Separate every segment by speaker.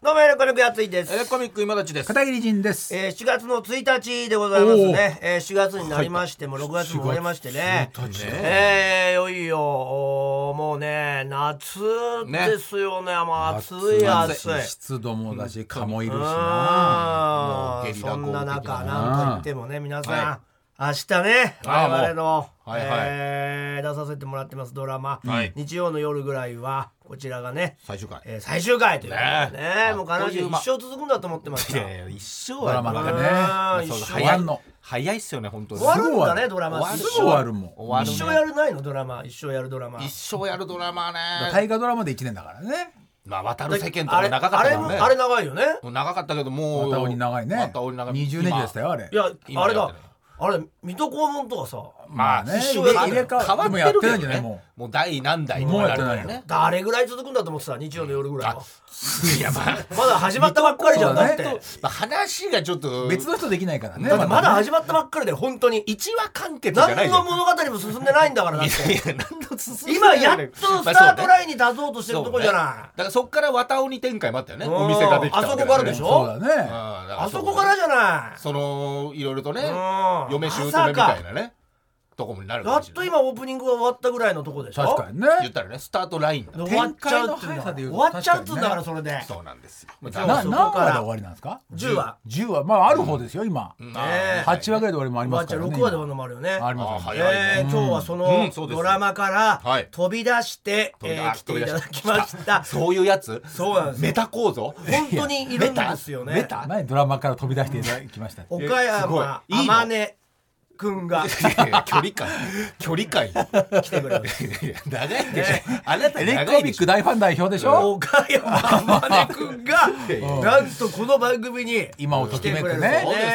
Speaker 1: どうもエレコミックやついです
Speaker 2: エレコミック今立ちです。
Speaker 3: 片桐仁です。
Speaker 1: えー、7月の1日でございますね、えー、4月になりましても6月も終わりましてね
Speaker 2: 1日
Speaker 1: えー、いよいよおーもうね夏ですよねもう暑い暑い
Speaker 3: 湿度もだし、蚊もいるし
Speaker 1: あー
Speaker 2: も
Speaker 3: な。
Speaker 2: うゲリラ
Speaker 1: そ
Speaker 2: 豪雨
Speaker 1: んな
Speaker 2: 的な
Speaker 1: 中
Speaker 2: ね
Speaker 1: なんと言ってもね皆さん、明日ね
Speaker 2: あー
Speaker 1: 我々の、
Speaker 2: もうはいはい
Speaker 1: えー出させてもらってますドラマ、
Speaker 2: はい
Speaker 1: 日曜の夜ぐらいはこちらがね、
Speaker 2: 最終回。
Speaker 1: えー最終回ということでね
Speaker 2: ねえ
Speaker 1: もう彼女
Speaker 2: あっという
Speaker 1: 一
Speaker 2: 間
Speaker 1: 生続くんだと思ってまし
Speaker 2: い
Speaker 1: た
Speaker 2: やいや一生
Speaker 3: ドラマ
Speaker 2: ま
Speaker 3: が
Speaker 2: だ
Speaker 3: ね
Speaker 2: ね。
Speaker 1: あー
Speaker 2: そう
Speaker 1: 一
Speaker 2: そう
Speaker 1: 生
Speaker 3: 終
Speaker 2: 早
Speaker 3: わ
Speaker 2: い
Speaker 3: んの
Speaker 2: 早いっすよね本当に。
Speaker 1: 終わるんだね
Speaker 3: すぐ
Speaker 1: ドラマ
Speaker 2: 終わる
Speaker 3: すぐ終わるもん。
Speaker 2: 終わるね
Speaker 1: 一生やるないのドラマ一生やるドラマ
Speaker 2: 一生やるドラマね。
Speaker 3: 大河ドラマで1年だからね。
Speaker 2: まあ渡る世間とか長かっ
Speaker 1: あ
Speaker 2: た
Speaker 1: れ
Speaker 2: け
Speaker 1: あ
Speaker 2: ど
Speaker 1: れ
Speaker 2: ね。
Speaker 1: もあれ長いよね
Speaker 2: もう長かったけどもう。
Speaker 3: また鬼長いね。
Speaker 2: また鬼長い。
Speaker 3: 20年以上でしたよ、あれ
Speaker 1: い。や
Speaker 2: 今
Speaker 1: あれ
Speaker 2: やって
Speaker 1: だ
Speaker 2: ない
Speaker 1: あれ水戸黄門とかさ
Speaker 2: まあ
Speaker 3: ね
Speaker 2: ね。
Speaker 1: 一生
Speaker 2: 変わ
Speaker 1: 入れ替わ
Speaker 2: 変わ
Speaker 3: でもやってないんじ
Speaker 2: けど
Speaker 3: ゃない
Speaker 2: ね
Speaker 3: も
Speaker 2: もう第何代
Speaker 3: もうやってないよ
Speaker 2: とかね。
Speaker 1: あれぐらい続くんだと思ってた日曜の夜ぐらいはい
Speaker 2: やま あ。
Speaker 1: まだ始まったばっかりじゃん
Speaker 3: そう
Speaker 1: だ
Speaker 3: だ
Speaker 1: っ
Speaker 3: ね
Speaker 1: てだって
Speaker 2: まあ話がちょっと
Speaker 3: 別の人できないからね。
Speaker 1: まだ
Speaker 3: ね
Speaker 1: 始まったばっかりで本当に
Speaker 2: 一話完結じゃない
Speaker 1: 何
Speaker 2: じゃ
Speaker 1: の
Speaker 2: ん。
Speaker 1: 物語も進んでないんだからだっ
Speaker 2: いやい
Speaker 1: て
Speaker 2: や何の進み
Speaker 1: 今
Speaker 2: が
Speaker 1: やっ
Speaker 2: ない
Speaker 1: とスタートラ
Speaker 2: イン
Speaker 1: インに立とうとしてるとこじゃない
Speaker 2: だからそっから綿鬼展開もあったよね
Speaker 1: うん
Speaker 2: お店ができたわ
Speaker 1: あそ
Speaker 2: けだ
Speaker 1: こからでしょ
Speaker 3: そうだね。
Speaker 2: ああだ
Speaker 1: あ
Speaker 2: ら
Speaker 1: そ
Speaker 2: そ
Speaker 1: こからじゃな
Speaker 2: そのいろいろとね
Speaker 1: いうん
Speaker 2: 嫁姑み
Speaker 1: まさか
Speaker 2: たいなねとこもなるか
Speaker 1: や
Speaker 2: も
Speaker 1: っ
Speaker 2: しれ
Speaker 1: と
Speaker 2: ない
Speaker 1: 今オープニングが終わったぐらいのとこでしょ
Speaker 3: 確かにね。
Speaker 2: 言ったらねスタートラインだ
Speaker 1: で終わっちゃうっていうの
Speaker 3: 展開の速
Speaker 1: は
Speaker 3: さ
Speaker 1: 終
Speaker 3: で言うと
Speaker 1: わっちゃうっつうんだから
Speaker 3: 確
Speaker 1: それで
Speaker 2: そうなんですよ
Speaker 1: じゃあ
Speaker 3: な
Speaker 1: そ
Speaker 3: 何
Speaker 1: こか
Speaker 3: 話
Speaker 1: ら
Speaker 3: で終わりなんですか
Speaker 1: 10話
Speaker 3: ?10 話。まあ、ある方ですよ、今。
Speaker 2: うん
Speaker 1: ねえ
Speaker 3: 8話ぐらいで終わりもあ
Speaker 1: 終わ
Speaker 3: りま
Speaker 1: っ
Speaker 3: す
Speaker 1: ち
Speaker 3: か
Speaker 1: ゃ
Speaker 3: ら
Speaker 1: う
Speaker 3: ね。
Speaker 1: 6話で終わるのもあるよね
Speaker 3: ありますからね。
Speaker 2: 早い
Speaker 1: え
Speaker 2: ね
Speaker 1: ー今日はそ
Speaker 2: うんう
Speaker 1: の
Speaker 2: んそうです
Speaker 1: ドラマから
Speaker 2: はい
Speaker 1: 飛び出して、
Speaker 2: 飛び
Speaker 1: え
Speaker 2: 出
Speaker 1: ー
Speaker 2: あ
Speaker 1: 来ていただきました。
Speaker 2: そういうやつ
Speaker 1: そうなんですよ
Speaker 2: メタ 構造
Speaker 1: 本当にいるんですよ
Speaker 2: メ
Speaker 1: ね。
Speaker 2: タ
Speaker 3: 何ドラマから飛び出していただき ました。
Speaker 1: 岡山
Speaker 2: えすごいいいの
Speaker 1: 天音くんが
Speaker 2: いやいや距離感距離感よ
Speaker 1: 来て くれる。
Speaker 2: いやいや長いでし
Speaker 1: ね
Speaker 2: ょあなた
Speaker 3: エレ
Speaker 2: 長
Speaker 3: コ
Speaker 2: いで
Speaker 3: ミッ
Speaker 2: しょ
Speaker 3: ク大ファン代表でしょ
Speaker 1: 岡山天音くんがなんとこの番組に
Speaker 3: 今をと
Speaker 1: 来
Speaker 3: き
Speaker 1: て
Speaker 3: め
Speaker 1: くれ
Speaker 3: く
Speaker 1: る
Speaker 3: ね
Speaker 1: そう。です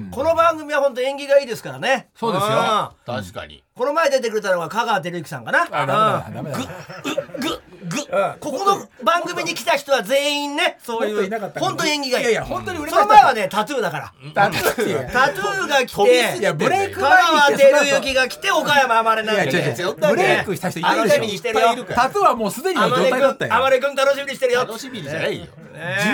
Speaker 1: ね。この番組は本当演技がいいですからね。
Speaker 3: そうですよ
Speaker 1: ん
Speaker 2: 確かに
Speaker 1: この前出てくれたのが香川照之さんかな。
Speaker 3: あダメだダメだ。
Speaker 1: うんぐぐここの番組に来た人は全員ねそうい
Speaker 3: 本当いうなかった
Speaker 1: 本当演技がいい
Speaker 3: いやいや本当に売れ
Speaker 1: そ
Speaker 3: なか
Speaker 1: の
Speaker 3: った
Speaker 1: 前はねタトゥーだから
Speaker 3: だっていや
Speaker 1: タトゥーが来
Speaker 2: 飛びすぎ
Speaker 1: て
Speaker 2: て
Speaker 3: いやブレイク
Speaker 1: 香
Speaker 3: 前に
Speaker 1: 川
Speaker 3: 来て
Speaker 1: 照之が来て岡山天音なんだ
Speaker 3: いや違
Speaker 1: け
Speaker 3: う違う
Speaker 1: ど
Speaker 2: そんな
Speaker 3: ブレイクした人いないでしょ
Speaker 2: 間にいっぱいいるから
Speaker 3: タトゥーはもうすでにの
Speaker 1: 天
Speaker 3: 状
Speaker 1: 音
Speaker 3: 態だっ
Speaker 1: 君
Speaker 3: た
Speaker 1: 天
Speaker 3: よ。
Speaker 1: 音君楽しみにしてるよ
Speaker 2: 楽しみにじゃないよ
Speaker 1: ね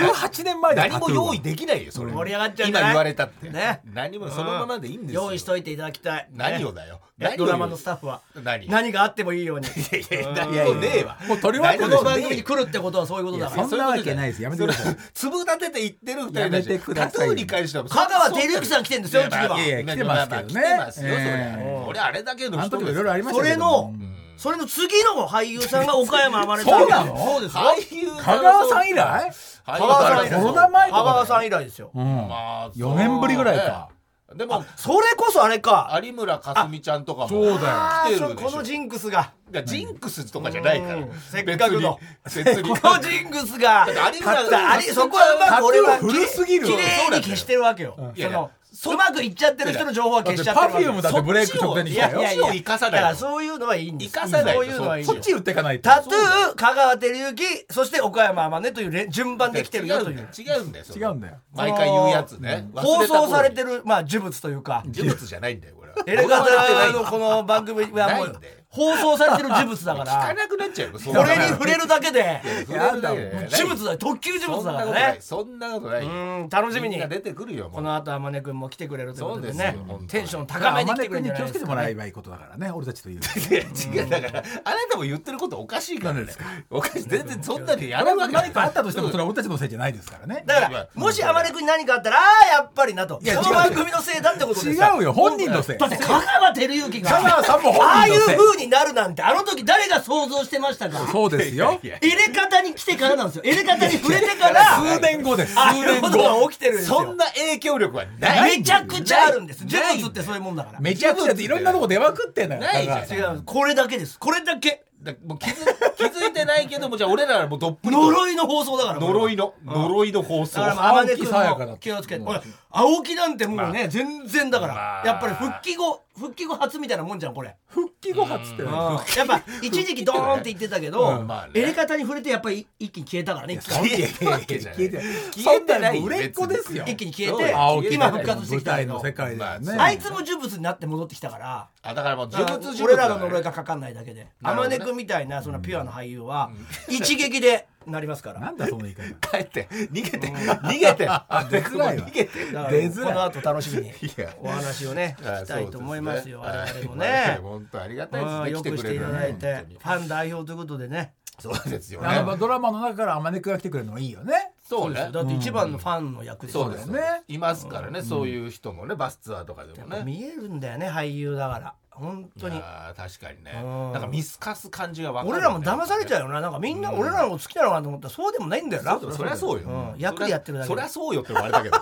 Speaker 3: 18年前だよ
Speaker 2: 何も用意できないよそれ
Speaker 1: 盛り上がっちゃうんじ
Speaker 2: 今
Speaker 1: ゃない
Speaker 2: 言われたって
Speaker 1: ね
Speaker 2: 何もそのままでいいんですよ
Speaker 1: 用意しといていただきたい
Speaker 2: 何を
Speaker 1: ね
Speaker 2: だよ
Speaker 1: え
Speaker 2: 何を
Speaker 1: ドラマのスタッフは
Speaker 2: 何
Speaker 1: 何があってもいいように
Speaker 2: いやいや
Speaker 3: いや
Speaker 2: 何
Speaker 3: いや
Speaker 2: もねえわ
Speaker 3: もう取り終わ
Speaker 1: こ
Speaker 3: ったでし
Speaker 1: の
Speaker 3: ょ
Speaker 1: 番組に来るってことはそういうことだ
Speaker 3: や
Speaker 1: から
Speaker 3: そんなわけないですやめてください
Speaker 2: つぶ立てて言ってる二人だ
Speaker 3: やめ
Speaker 2: して
Speaker 3: く
Speaker 2: タ
Speaker 3: だ
Speaker 2: ト
Speaker 3: さい
Speaker 2: ゥーに関しては
Speaker 1: 香川照之さん来てんですよ
Speaker 2: いやまあ
Speaker 1: 次はい
Speaker 2: やいや
Speaker 3: 来てますけどね
Speaker 2: まあまあ来てますよそり
Speaker 3: え
Speaker 2: ゃ俺あれだけの
Speaker 3: あの
Speaker 2: 人
Speaker 3: 時
Speaker 2: で
Speaker 3: もい
Speaker 2: す
Speaker 3: ろいろありまし
Speaker 1: そ
Speaker 3: たけ
Speaker 1: れ
Speaker 3: ど。
Speaker 1: のそれの次の俳優さんが岡山天音
Speaker 3: そうなの
Speaker 2: そうです俳優
Speaker 3: 香川さん以来
Speaker 2: 香
Speaker 1: 香川さん以来
Speaker 3: コロナ前と
Speaker 1: 香川
Speaker 3: か
Speaker 1: さん以来ですよ
Speaker 3: だよ。うん
Speaker 2: まあ
Speaker 3: 4年ぶりぐらい
Speaker 2: そ
Speaker 3: か。
Speaker 2: うねでも
Speaker 1: それこそあれか
Speaker 2: 有村架純ちゃんとかも
Speaker 3: そうだよ
Speaker 1: あ
Speaker 2: 来て
Speaker 1: ーそ
Speaker 2: るでしょ
Speaker 1: このジンクスが
Speaker 2: いやジンクスとかじゃないから
Speaker 1: うんせっかくの
Speaker 2: 別に別
Speaker 1: こ
Speaker 2: に
Speaker 1: のジンクスが
Speaker 2: だって有村
Speaker 1: だって有そこはうまく俺は
Speaker 3: タトゥー古すぎる
Speaker 1: きれいに消してるわけよ
Speaker 2: いや
Speaker 1: そ
Speaker 2: いや
Speaker 1: のうまくいっちゃってる人の情報は
Speaker 3: だっ
Speaker 1: 消
Speaker 3: て
Speaker 1: しちゃってる
Speaker 3: パ
Speaker 1: わ
Speaker 3: フ
Speaker 1: け
Speaker 3: ュームだってブレイク直前に
Speaker 1: い
Speaker 3: した
Speaker 1: や
Speaker 3: よ
Speaker 1: い。やい
Speaker 2: そっ
Speaker 1: や
Speaker 2: ちを生かさな
Speaker 1: だ
Speaker 2: いと
Speaker 1: からそういうのはいいんです
Speaker 2: 生かさないと
Speaker 1: そういうのはいい
Speaker 3: そ
Speaker 1: よ
Speaker 3: っち打っていかないと。
Speaker 1: タトゥー香川照之そして岡山天音という連順番できてるよとい
Speaker 2: 違
Speaker 1: う
Speaker 2: 違うんだよそれ
Speaker 3: 違うんだよ
Speaker 2: 毎回言うやつね
Speaker 1: 放送されて
Speaker 2: る
Speaker 1: るまあ呪物というか
Speaker 2: 事物じゃないんだよこれは
Speaker 1: エレガタのこの番組はも
Speaker 2: な
Speaker 1: う
Speaker 2: いんで
Speaker 1: 放送されてる呪物だか
Speaker 2: 聞からなくなっちゃうよそんな
Speaker 1: これに触れるだけで
Speaker 2: 触れるだけで
Speaker 3: いや
Speaker 1: 呪物だよ特級呪
Speaker 2: そ
Speaker 1: 物
Speaker 2: ん
Speaker 1: だか
Speaker 2: なこと
Speaker 1: ら
Speaker 2: な
Speaker 1: ね
Speaker 2: いそんなことないうよ
Speaker 1: ーん楽しみ
Speaker 2: みん
Speaker 1: に
Speaker 2: な出てくるよ
Speaker 1: こ
Speaker 2: もう
Speaker 1: の後天音くんも来てくれるということで
Speaker 2: そうで
Speaker 1: ね
Speaker 2: すよ本当に
Speaker 1: テンション高
Speaker 3: 高
Speaker 1: め
Speaker 3: め
Speaker 1: に来て
Speaker 3: に
Speaker 1: くれるんじ
Speaker 3: に
Speaker 1: ゃ
Speaker 3: 気
Speaker 1: ないで
Speaker 3: をつけ
Speaker 1: す
Speaker 3: て
Speaker 1: か
Speaker 3: も
Speaker 1: ね
Speaker 3: らえばいいことだからね、俺たちという。
Speaker 2: いや 違うだからあなたも言ってることおかしいからねおかしい全然そんなにやらな
Speaker 3: 何
Speaker 2: い
Speaker 3: かあったとしても、それは俺たちのせいじゃないですからね。
Speaker 1: だか
Speaker 2: い
Speaker 1: ら
Speaker 2: や
Speaker 1: もし天音くんに何かあったらああやっぱりなと
Speaker 3: や
Speaker 1: その
Speaker 3: 違
Speaker 1: 番
Speaker 3: う
Speaker 1: 組のせいだってことで
Speaker 3: 違
Speaker 1: さ
Speaker 3: うよ、本人のせい。
Speaker 1: だって香川照之が
Speaker 3: 香川さんも
Speaker 1: あ
Speaker 3: 本
Speaker 1: あい
Speaker 3: 人
Speaker 1: う
Speaker 3: のせい
Speaker 1: 風になるなんてあの時誰が想像してましたか
Speaker 3: そうですよ。
Speaker 2: いや
Speaker 1: 入れ方に来てからなんですよ入れ方に触れてから
Speaker 3: 数年後です。
Speaker 1: ああいうことが起きてるんですよ
Speaker 2: そんな影響力はない
Speaker 1: めちゃくちゃあるんです呪物ってそういうもんだから
Speaker 3: めちゃくちゃいろんなとこ出まくってんだよ。
Speaker 2: ないじゃん
Speaker 3: 香川
Speaker 1: 違
Speaker 3: さ
Speaker 1: うこれだけですこれだけ
Speaker 2: だもう気づ気づいてないけどもじゃあ俺らはもうどっぷりと
Speaker 1: 呪いの放送だから
Speaker 2: 呪
Speaker 1: い
Speaker 2: いの呪いの放送
Speaker 1: だからまあ天音君も気をつけてほら青木なんてもうね全然だから
Speaker 2: まあ
Speaker 1: やっぱり復帰後復帰後初みたいなもんじゃんこれ
Speaker 3: 復帰後初って
Speaker 1: や
Speaker 3: 何。
Speaker 1: っぱ一時期ドーンって言ってたけど
Speaker 2: うんまあね
Speaker 1: 入れ方に触れてやっぱり一気に消えたからね一気に
Speaker 2: 消えてない消えてない
Speaker 3: そんなの売れっ子ですよ。
Speaker 1: 一気に消
Speaker 2: そうだよ
Speaker 1: え
Speaker 2: 青
Speaker 1: て
Speaker 2: 木
Speaker 1: 今復活してき
Speaker 3: 舞
Speaker 1: たけ
Speaker 3: 台
Speaker 1: ど
Speaker 3: の世界でね。
Speaker 1: あいつも呪物になって戻ってきたから
Speaker 2: あだからもう呪物呪物
Speaker 1: 俺らの
Speaker 2: だね
Speaker 1: 呪いがかかんないだけで
Speaker 2: な
Speaker 1: 天
Speaker 2: るほどね
Speaker 1: 音君みたいなそんなピュアな俳優は一撃でなりますから。
Speaker 3: なんだその 言い方
Speaker 2: 帰って逃げて逃 げてあ
Speaker 3: 出づらいわ
Speaker 2: 逃げて
Speaker 1: だから
Speaker 3: 出づらい
Speaker 1: この後楽しみに
Speaker 2: いや
Speaker 1: お話をね聞きたいと思いますよ
Speaker 2: あ
Speaker 1: 我
Speaker 2: そうで
Speaker 1: 々も
Speaker 2: はい
Speaker 1: ね。
Speaker 2: 本当ありがた
Speaker 1: うん
Speaker 2: いで
Speaker 1: よ
Speaker 2: すね。来て
Speaker 1: く
Speaker 2: く
Speaker 1: し
Speaker 2: れ
Speaker 1: てい
Speaker 2: る
Speaker 1: た
Speaker 2: の
Speaker 1: だい
Speaker 2: ね
Speaker 1: て
Speaker 2: 本当に
Speaker 1: ファン代表ということでね
Speaker 2: そうですよ
Speaker 3: あの
Speaker 2: ね。
Speaker 3: ドラマの中からあまねくが来てくれるのもいいよね
Speaker 2: そう
Speaker 1: です
Speaker 2: ね
Speaker 1: よ。だって一番のファンの役です
Speaker 2: そ
Speaker 1: か
Speaker 2: うで
Speaker 1: ら
Speaker 2: す
Speaker 3: そうだよ
Speaker 2: ね
Speaker 3: ね。
Speaker 2: いますからね、そういう人もね、バスツアーとかでも
Speaker 1: やっぱ
Speaker 2: ね。
Speaker 1: 見えるんだよね俳優だから本当に
Speaker 2: あー確かにね。
Speaker 1: うん
Speaker 2: なんか見透かす感じがわかるよ
Speaker 1: 俺
Speaker 2: ね。
Speaker 1: らも騙されちゃ
Speaker 2: う。
Speaker 1: うよななんかみんな俺らのこと好きなのかなと思ったらそうでもないんだよな
Speaker 2: そりゃそうよ
Speaker 1: う。ん役でやってるだけ
Speaker 2: そりゃそうよって言われたけど。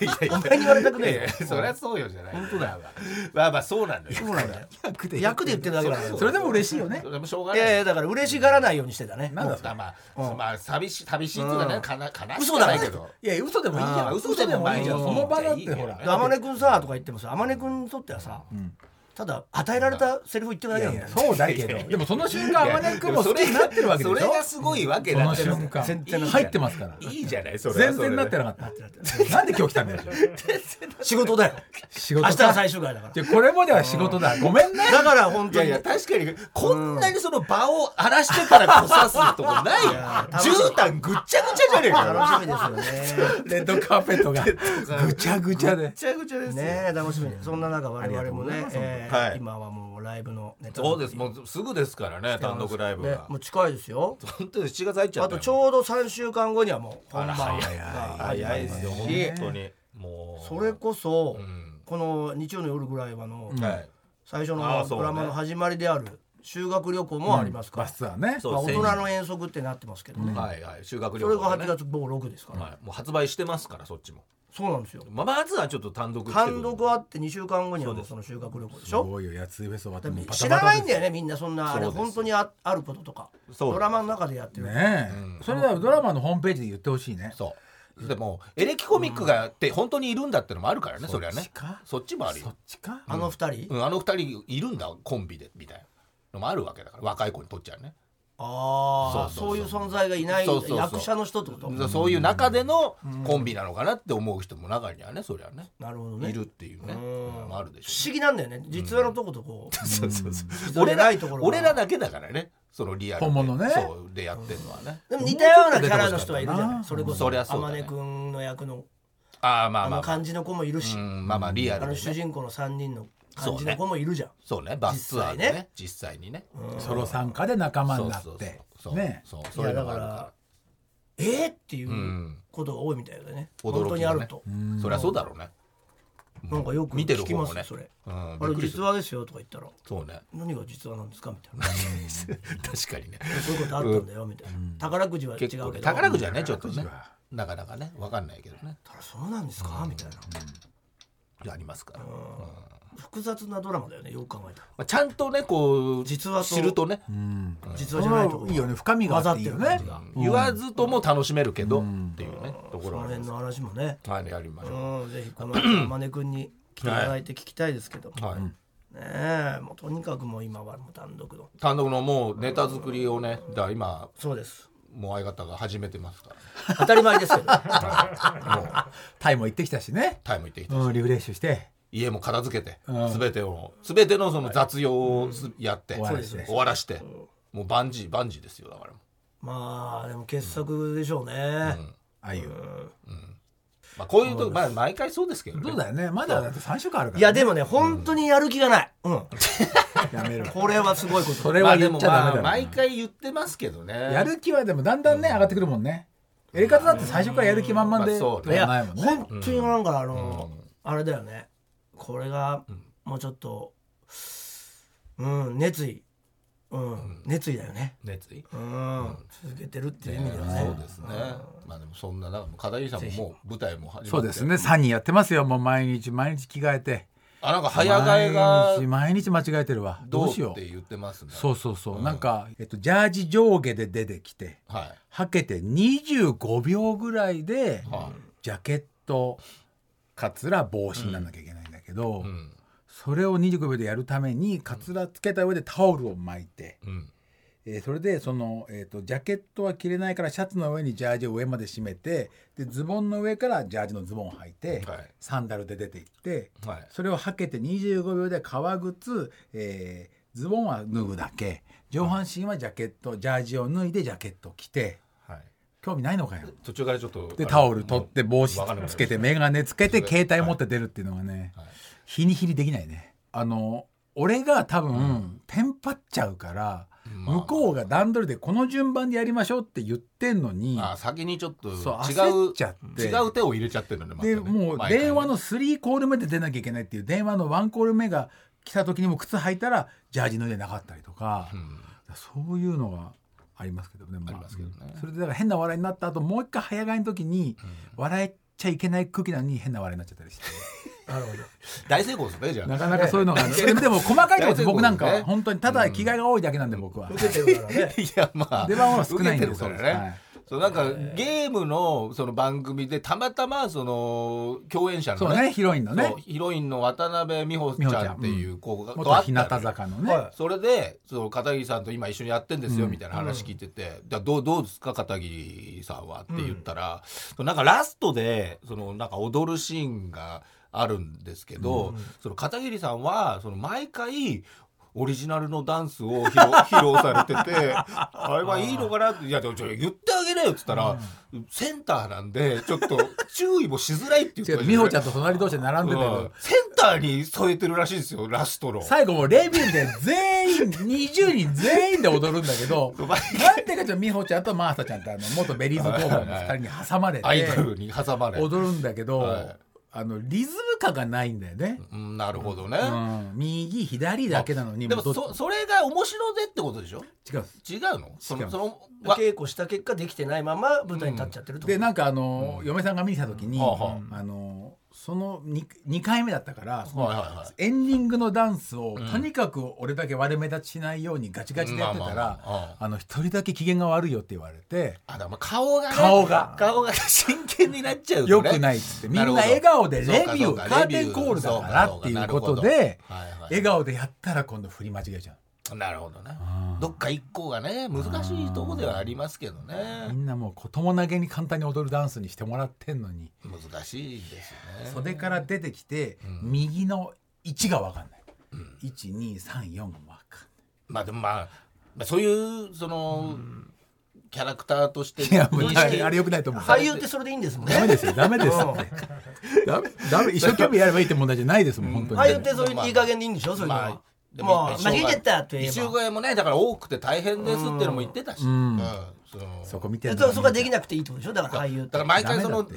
Speaker 2: いやいや
Speaker 1: お前に言われたくねえ
Speaker 2: い
Speaker 1: よ
Speaker 2: やいやそりゃそうよじゃない。本当だよ。まあまあそうなんだよ。
Speaker 1: そうなんだよ
Speaker 3: 役で
Speaker 1: 役で言ってるだけだから
Speaker 3: それでも嬉しいよね
Speaker 2: それもしょうが
Speaker 1: い
Speaker 2: ない。
Speaker 1: やいやだから嬉しがらないようにしてたね
Speaker 3: なんだそれ
Speaker 2: まあまあ、まあ寂しい寂しいっていうか
Speaker 1: う
Speaker 2: ね
Speaker 1: ん
Speaker 2: かな悲しい
Speaker 1: 嘘だね
Speaker 2: けど。
Speaker 3: いや嘘でもいいじゃ
Speaker 2: あー
Speaker 3: ん
Speaker 2: 嘘でも
Speaker 3: いいじゃん
Speaker 1: ま
Speaker 3: そ
Speaker 1: あ
Speaker 3: の場だっ
Speaker 2: いいけ
Speaker 3: て
Speaker 2: ど
Speaker 3: ほ
Speaker 2: い
Speaker 3: ら
Speaker 2: い
Speaker 1: で「あまねくんさ」とか言ってもさあまねくんにとってはさただ与えられたセリフ言ってるだけなんだよね
Speaker 3: そうだけ どでもその瞬間あまねくも好きになってるわけでしょ
Speaker 2: それがすごいわけ
Speaker 3: そ
Speaker 2: だ
Speaker 3: の
Speaker 2: って
Speaker 3: 瞬間
Speaker 1: 全然なってない
Speaker 3: 入ってますから
Speaker 2: いいじゃないそれは
Speaker 3: 全
Speaker 2: それで
Speaker 3: 然なってなかったなんで今日来たんだ よ
Speaker 1: 仕事だよ
Speaker 3: 仕
Speaker 1: 明
Speaker 3: 事
Speaker 1: 日は最終回だから
Speaker 3: じゃあこれまでは仕事だごめんね
Speaker 1: だから本
Speaker 2: い
Speaker 1: 当
Speaker 2: やい
Speaker 1: に
Speaker 2: や確かにこんなにその場を荒らしてからこさすとこないよ
Speaker 1: や楽しい
Speaker 2: 絨毯ぐっちゃぐちゃじゃねえかよ
Speaker 1: 楽しみですよね
Speaker 3: レッドカーペットがぐちゃぐちゃで
Speaker 2: ちゃぐちゃで
Speaker 1: ねえ楽しみにそんな中我々もね、え
Speaker 2: は
Speaker 1: ー
Speaker 2: い
Speaker 1: 今はもうライブのネタ
Speaker 2: そうですもうすぐですからね単独ライブ
Speaker 1: ね
Speaker 2: が
Speaker 1: もう近いですよ
Speaker 2: 本当に7月入っちゃ
Speaker 1: あ
Speaker 2: った
Speaker 1: と
Speaker 2: よ
Speaker 1: ちょうど3週間後にはもう本
Speaker 2: あら
Speaker 1: 番
Speaker 2: 早い
Speaker 1: が
Speaker 2: 早いですよ
Speaker 1: 始
Speaker 2: 本
Speaker 1: まりますし
Speaker 2: 当にもう
Speaker 1: それこそ、
Speaker 2: ん
Speaker 1: この日曜の夜ぐらいはの、
Speaker 2: はい
Speaker 1: 最初
Speaker 2: あ
Speaker 1: の
Speaker 2: あそ
Speaker 1: ド
Speaker 2: うね
Speaker 1: ラマの始まりである修学旅行もありますから、
Speaker 3: バスはね
Speaker 2: そう
Speaker 1: まあ、大
Speaker 2: 先
Speaker 1: 人の遠足ってなってますけどね、
Speaker 2: はいはい修学
Speaker 1: そ
Speaker 2: 旅
Speaker 1: れ
Speaker 2: 行
Speaker 1: が
Speaker 2: ね
Speaker 1: 8月某6ですから、
Speaker 2: はいもう発売してますからそっちも
Speaker 1: そうなんですよ
Speaker 2: まあまずはちょっと単独ってことで
Speaker 1: 単独あって2週間後にはもうその修学旅行でし
Speaker 3: す
Speaker 1: ょ
Speaker 3: ごいよやついフェス終わって
Speaker 1: だか
Speaker 3: もう
Speaker 1: ら
Speaker 3: バ
Speaker 1: 知
Speaker 3: タ
Speaker 1: ら
Speaker 3: バタ
Speaker 1: ない
Speaker 3: で
Speaker 1: んだよねみんなそんなあれ
Speaker 2: そうです
Speaker 1: 本当にああることとか
Speaker 2: そうで
Speaker 1: ド
Speaker 2: す
Speaker 1: ラマの中でやってる
Speaker 3: ねえそれはドラマのホームページで言ってほしいね
Speaker 2: そうでもエレキコミックがって本当にいるんだってのもあるからねそれはね
Speaker 3: そっちか
Speaker 2: そっちもある
Speaker 3: そ
Speaker 2: よ
Speaker 3: っ、ちか
Speaker 1: あの二人、
Speaker 2: うん、あの二人いるんだコンビでみたいなのもあるわけだから若い子にとっちゃうね
Speaker 1: ああ
Speaker 2: そ
Speaker 1: そうう
Speaker 2: そ
Speaker 1: いうう
Speaker 2: そう
Speaker 1: 存在がいない
Speaker 2: そうそうそう
Speaker 1: 役者の人ってこと
Speaker 2: そういう中でのコンビなのかなって思う人も中にはねそりゃね
Speaker 1: なるほどね
Speaker 2: いるっていうね
Speaker 1: うん
Speaker 2: のもあるで
Speaker 1: 不
Speaker 2: しょ
Speaker 1: 思議なんだよね実話のとことこう、
Speaker 2: そうそうそう
Speaker 1: うん
Speaker 2: 俺ら
Speaker 1: ないところが
Speaker 2: 俺らだけだからねそのリアルで
Speaker 3: 本物ね
Speaker 2: そうでやってるのはね、
Speaker 1: でも似たようなキャラの人はいるじゃ
Speaker 3: う
Speaker 1: なんいそれこそ
Speaker 2: そりゃそうだ
Speaker 1: 天
Speaker 2: ね
Speaker 1: 音くんの役の
Speaker 2: ああま
Speaker 1: あ
Speaker 2: あまあ
Speaker 1: の
Speaker 2: まあ、
Speaker 1: 感じの子もいるし、
Speaker 2: うん、まあまあリア
Speaker 1: あ
Speaker 2: ルで、
Speaker 1: の主
Speaker 2: ね、
Speaker 1: 人公の3人の感じの子もいるじゃん、
Speaker 2: そうねバスツアーでね実際にね
Speaker 3: ソロ参加で仲間にな
Speaker 2: そうそ
Speaker 3: っ
Speaker 2: う
Speaker 3: て
Speaker 2: そう
Speaker 3: ね
Speaker 2: そうそういうのがあるから
Speaker 1: えー、っていうんことが多いみたいだね、
Speaker 2: 驚きだね
Speaker 1: 本当にあると、
Speaker 2: そりゃそうだろうね
Speaker 1: なんかよく
Speaker 2: 見てる
Speaker 1: 聞き
Speaker 2: 方
Speaker 1: ま
Speaker 2: も
Speaker 1: す
Speaker 2: ね
Speaker 1: よそれ、
Speaker 2: うん
Speaker 1: あ
Speaker 2: びっ
Speaker 1: れ
Speaker 2: くりす
Speaker 1: 実
Speaker 2: る
Speaker 1: 話ですよとか言ったら
Speaker 2: そうね
Speaker 1: 何が実話なんですかみたいな
Speaker 2: 確かにね
Speaker 1: そういうことあったんだよみたいな、宝くじは違うけ
Speaker 2: 結
Speaker 1: ど
Speaker 2: 構ね宝く
Speaker 1: じ
Speaker 2: じはねちょっとねなかなかねわかんないけどね
Speaker 1: そうなんですかみたいな、
Speaker 2: ありますからま
Speaker 1: 複雑なドラマだよねよく考えたら
Speaker 2: あちゃんとねこう
Speaker 1: 実話と
Speaker 2: 知るとね
Speaker 1: 実話
Speaker 3: そ
Speaker 1: じゃないとこ
Speaker 3: のいいよね深みがあっていいよ
Speaker 1: 混ざっ
Speaker 3: ね
Speaker 1: てる
Speaker 2: 言わずとも楽しめるけどっていうねとこ
Speaker 1: その
Speaker 2: ろはあり
Speaker 1: 辺
Speaker 2: ます
Speaker 1: の話もね
Speaker 2: はいやりましょ
Speaker 1: うんぜひこの後マネ君に来ていただいて聞きたいですけど、
Speaker 2: うはい
Speaker 1: ねえもうとにかくもう今はもう単独の
Speaker 2: 単独のもうネタ作りをねだから今
Speaker 1: そうです
Speaker 2: もう相方が始めてますからね
Speaker 1: 当たり前 ですけど
Speaker 3: タイも行ってきたしね
Speaker 2: タイム行ってきて
Speaker 3: うんリフレッシュして
Speaker 2: 家も片付けて、
Speaker 3: うん
Speaker 2: すべてをすべてのその雑用をすやって、
Speaker 3: 終わらして
Speaker 2: 終わらして、もう万事万事ですよだから
Speaker 1: まあでも傑作でしょうね、
Speaker 3: ああいう
Speaker 2: まあこういうとまあ毎回そうですけどね
Speaker 3: そうだよねまだだって3週間あるか
Speaker 1: い
Speaker 3: ら
Speaker 1: やでもね本当にやる気がない、うん、
Speaker 3: やめろ
Speaker 1: これはすごいこと
Speaker 3: それは言っちゃダメ
Speaker 2: まあでもまあ
Speaker 3: だ
Speaker 2: 毎
Speaker 3: よ
Speaker 2: 回言ってますけどね
Speaker 3: やる気はでもだんだんね上がってくるもんねやり方だって最初からやる気満々
Speaker 2: ま
Speaker 3: で
Speaker 2: あそ
Speaker 1: い
Speaker 2: うね
Speaker 3: じ
Speaker 1: や
Speaker 3: ゃないもんね
Speaker 1: 本当になんかあの、あれだよねこれがもうちょっとうん熱意うん、熱意だよね
Speaker 2: 熱意
Speaker 1: うん、続けてるっていう意味ではね
Speaker 2: そうですねまあでもそんな中片桐さんももう舞台も始まって
Speaker 3: そうですね3人やってますよもう毎日毎日着替えて
Speaker 2: あなんか早替えが
Speaker 3: 毎日毎日間違えてるわ
Speaker 2: ど
Speaker 3: ど
Speaker 2: う
Speaker 3: う
Speaker 2: っ
Speaker 3: しよ
Speaker 2: て
Speaker 3: う
Speaker 2: 言ってますね
Speaker 3: そうそうそうなんかえっとジャージ上下で出てきて
Speaker 2: は
Speaker 3: はけて25秒ぐらいで
Speaker 2: いは
Speaker 3: ジャケットカツラ帽子にならなきゃいけないんだけど、
Speaker 2: いうん
Speaker 3: それを25秒でやるためにカツラつけた上でタオルを巻いて、
Speaker 2: うん
Speaker 3: えーそれでその、えー、とジャケットは着れないからシャツの上にジャージを上まで締めてでズボンの上からジャージのズボンを履いて、
Speaker 2: はい
Speaker 3: サンダルで出て行って
Speaker 2: はい
Speaker 3: それをはけて25秒で革靴、えーズボンは脱ぐだけ上半身はジャケットジャージを脱いでジャケットを着て
Speaker 2: はい
Speaker 3: 興味ないのかよ
Speaker 2: 途中からちょっと
Speaker 3: でタオル取って帽子
Speaker 2: わかんなくなりま
Speaker 3: つ
Speaker 2: した
Speaker 3: けて眼鏡つけて
Speaker 2: はい
Speaker 3: 携帯持って出るっていうのがね
Speaker 2: はい
Speaker 3: 日に日にできないねあの俺が多分テンパっちゃうから
Speaker 2: まあ
Speaker 3: 向こうが段取りでこの順番でやりましょうって言ってんのに
Speaker 2: あ先にちょっと違う
Speaker 3: そう焦っちゃって
Speaker 2: 違う手を入れちゃってるのねまたね
Speaker 3: でもう
Speaker 2: 毎回ね
Speaker 3: 電話の3コール目で出なきゃいけないっていう電話の1コール目が来た時にも靴履いたらジャージ脱いでなかったりとか、
Speaker 2: うん
Speaker 3: そういうのがありますけどね、ま
Speaker 2: ありますけどね
Speaker 3: それでだから変な笑いになった後もう一回早替えの時に笑えちゃいけない空気なのに変な笑いになっちゃったりして
Speaker 1: なるほど
Speaker 2: 大成功ですねじゃあ
Speaker 3: なかなかそういうのがある でもでも細かいところです僕なんかは本当にただ着替えが多いだけなんで僕は。
Speaker 1: 受けてるからね
Speaker 2: いやまあ
Speaker 3: 出番は少ないんで
Speaker 2: 受けてる
Speaker 3: そう
Speaker 2: か
Speaker 3: です
Speaker 2: ら
Speaker 3: は
Speaker 2: ね
Speaker 3: い
Speaker 2: そうなんかゲームのその番組でたまたまその共演者
Speaker 3: そ
Speaker 2: の
Speaker 3: うねヒロインのね
Speaker 2: そうヒロインの渡辺美穂ちゃんっていう子がと
Speaker 3: 元
Speaker 2: 会っ
Speaker 3: 日
Speaker 2: たの
Speaker 3: 向
Speaker 2: よ
Speaker 3: 坂のね、
Speaker 1: は
Speaker 2: それでその片桐さんと今一緒にやってんですよ
Speaker 3: うん
Speaker 2: みたいな話聞いてて「だどうどうですか片桐さんは」って言ったら、なんかラストでそのなんか踊るシーンがあるんですけど、その片桐さんはその毎回オリジナルのダンスを 披露披露されててあれはいいのかなって「いやちょちょ言ってあげなよ」っつったら、センターなんでちょっと注意もしづらいっていう
Speaker 3: 違
Speaker 2: か
Speaker 3: う美穂ちゃんと隣同士で並んでたけど、
Speaker 2: うんセンターに添えてるらしいですよラストの。
Speaker 3: 最後もうレビューで全員20人全員で踊るんだけどなんていうかちょっと美穂ちゃんとマーサちゃんとあの元ベリーズ工房の2人に挟まれ
Speaker 2: アイド
Speaker 3: て
Speaker 2: ルに挟まれ
Speaker 3: 踊るんだけど、
Speaker 2: はい
Speaker 3: あのリズム感がないんだよね、
Speaker 2: うん、なるほどね。
Speaker 3: うん右左だけなのに
Speaker 2: で
Speaker 3: も
Speaker 2: も
Speaker 3: うどっ
Speaker 2: そそれが面白でってことでしょ
Speaker 3: 違うんです
Speaker 2: 違うのそ
Speaker 3: 違
Speaker 2: の
Speaker 3: う
Speaker 2: そのわ
Speaker 1: 稽古した結果できてないまま舞台に立っちゃってるってこと
Speaker 3: でなんかあの、嫁さんが見に来た時に、
Speaker 2: はあは
Speaker 3: あのその 2, 2回目だったからその
Speaker 2: はいはいはい
Speaker 3: エンディングのダンスを、とにかく俺だけ悪目立ちしないようにガチガチでやってた
Speaker 2: まあ
Speaker 3: ら、
Speaker 2: まあまあ
Speaker 3: あの一人だけ機嫌が悪いよって言われて。
Speaker 2: あだからまあ顔がね
Speaker 3: 顔が
Speaker 2: 顔が真剣になっちゃう
Speaker 3: よ
Speaker 2: とね
Speaker 3: くないっつってみん
Speaker 2: な
Speaker 3: な
Speaker 2: るほど
Speaker 3: 笑顔でレビ
Speaker 2: そ
Speaker 3: ュ
Speaker 2: う
Speaker 3: ー
Speaker 2: か
Speaker 3: カ
Speaker 2: そうか
Speaker 3: ーテンコールだからっていうこと
Speaker 2: そうかそうかなる
Speaker 3: で
Speaker 2: ほどはいはい
Speaker 3: 笑顔でやったら今度振り間違えちゃ
Speaker 2: なるほどねどっか一個がね難しいとこではありますけど
Speaker 3: うみ
Speaker 2: ね
Speaker 3: んなもう子供投げに簡単に踊るダンスにしてもらってんのに
Speaker 2: 難しいですよね
Speaker 3: 袖から出てきて右の1が分かんない1234分かんない
Speaker 2: まあでもまあまあそういうそのキャラクターとして
Speaker 3: いやもう
Speaker 2: 認識
Speaker 3: あれよくないと思う
Speaker 1: 俳優ってそれでいいんですもん
Speaker 3: ダメ
Speaker 1: ね
Speaker 3: ですよダメですってダメダメ一生懸命やればいいって問題じゃないですもん本当
Speaker 1: 俳優っ
Speaker 3: に
Speaker 1: てそういういい加減でいいんでしょそういうのは
Speaker 2: まあ
Speaker 1: もう
Speaker 2: でも
Speaker 1: 間違えちゃったと言えば
Speaker 2: 一周越えもねだから多くて大変ですっていうのも言ってたし、うんその
Speaker 3: そこ見てん
Speaker 1: そ
Speaker 3: の
Speaker 1: そこはできなくていいってことでしょだから俳優って
Speaker 2: だから毎回そ
Speaker 3: ダメだ
Speaker 2: の
Speaker 3: って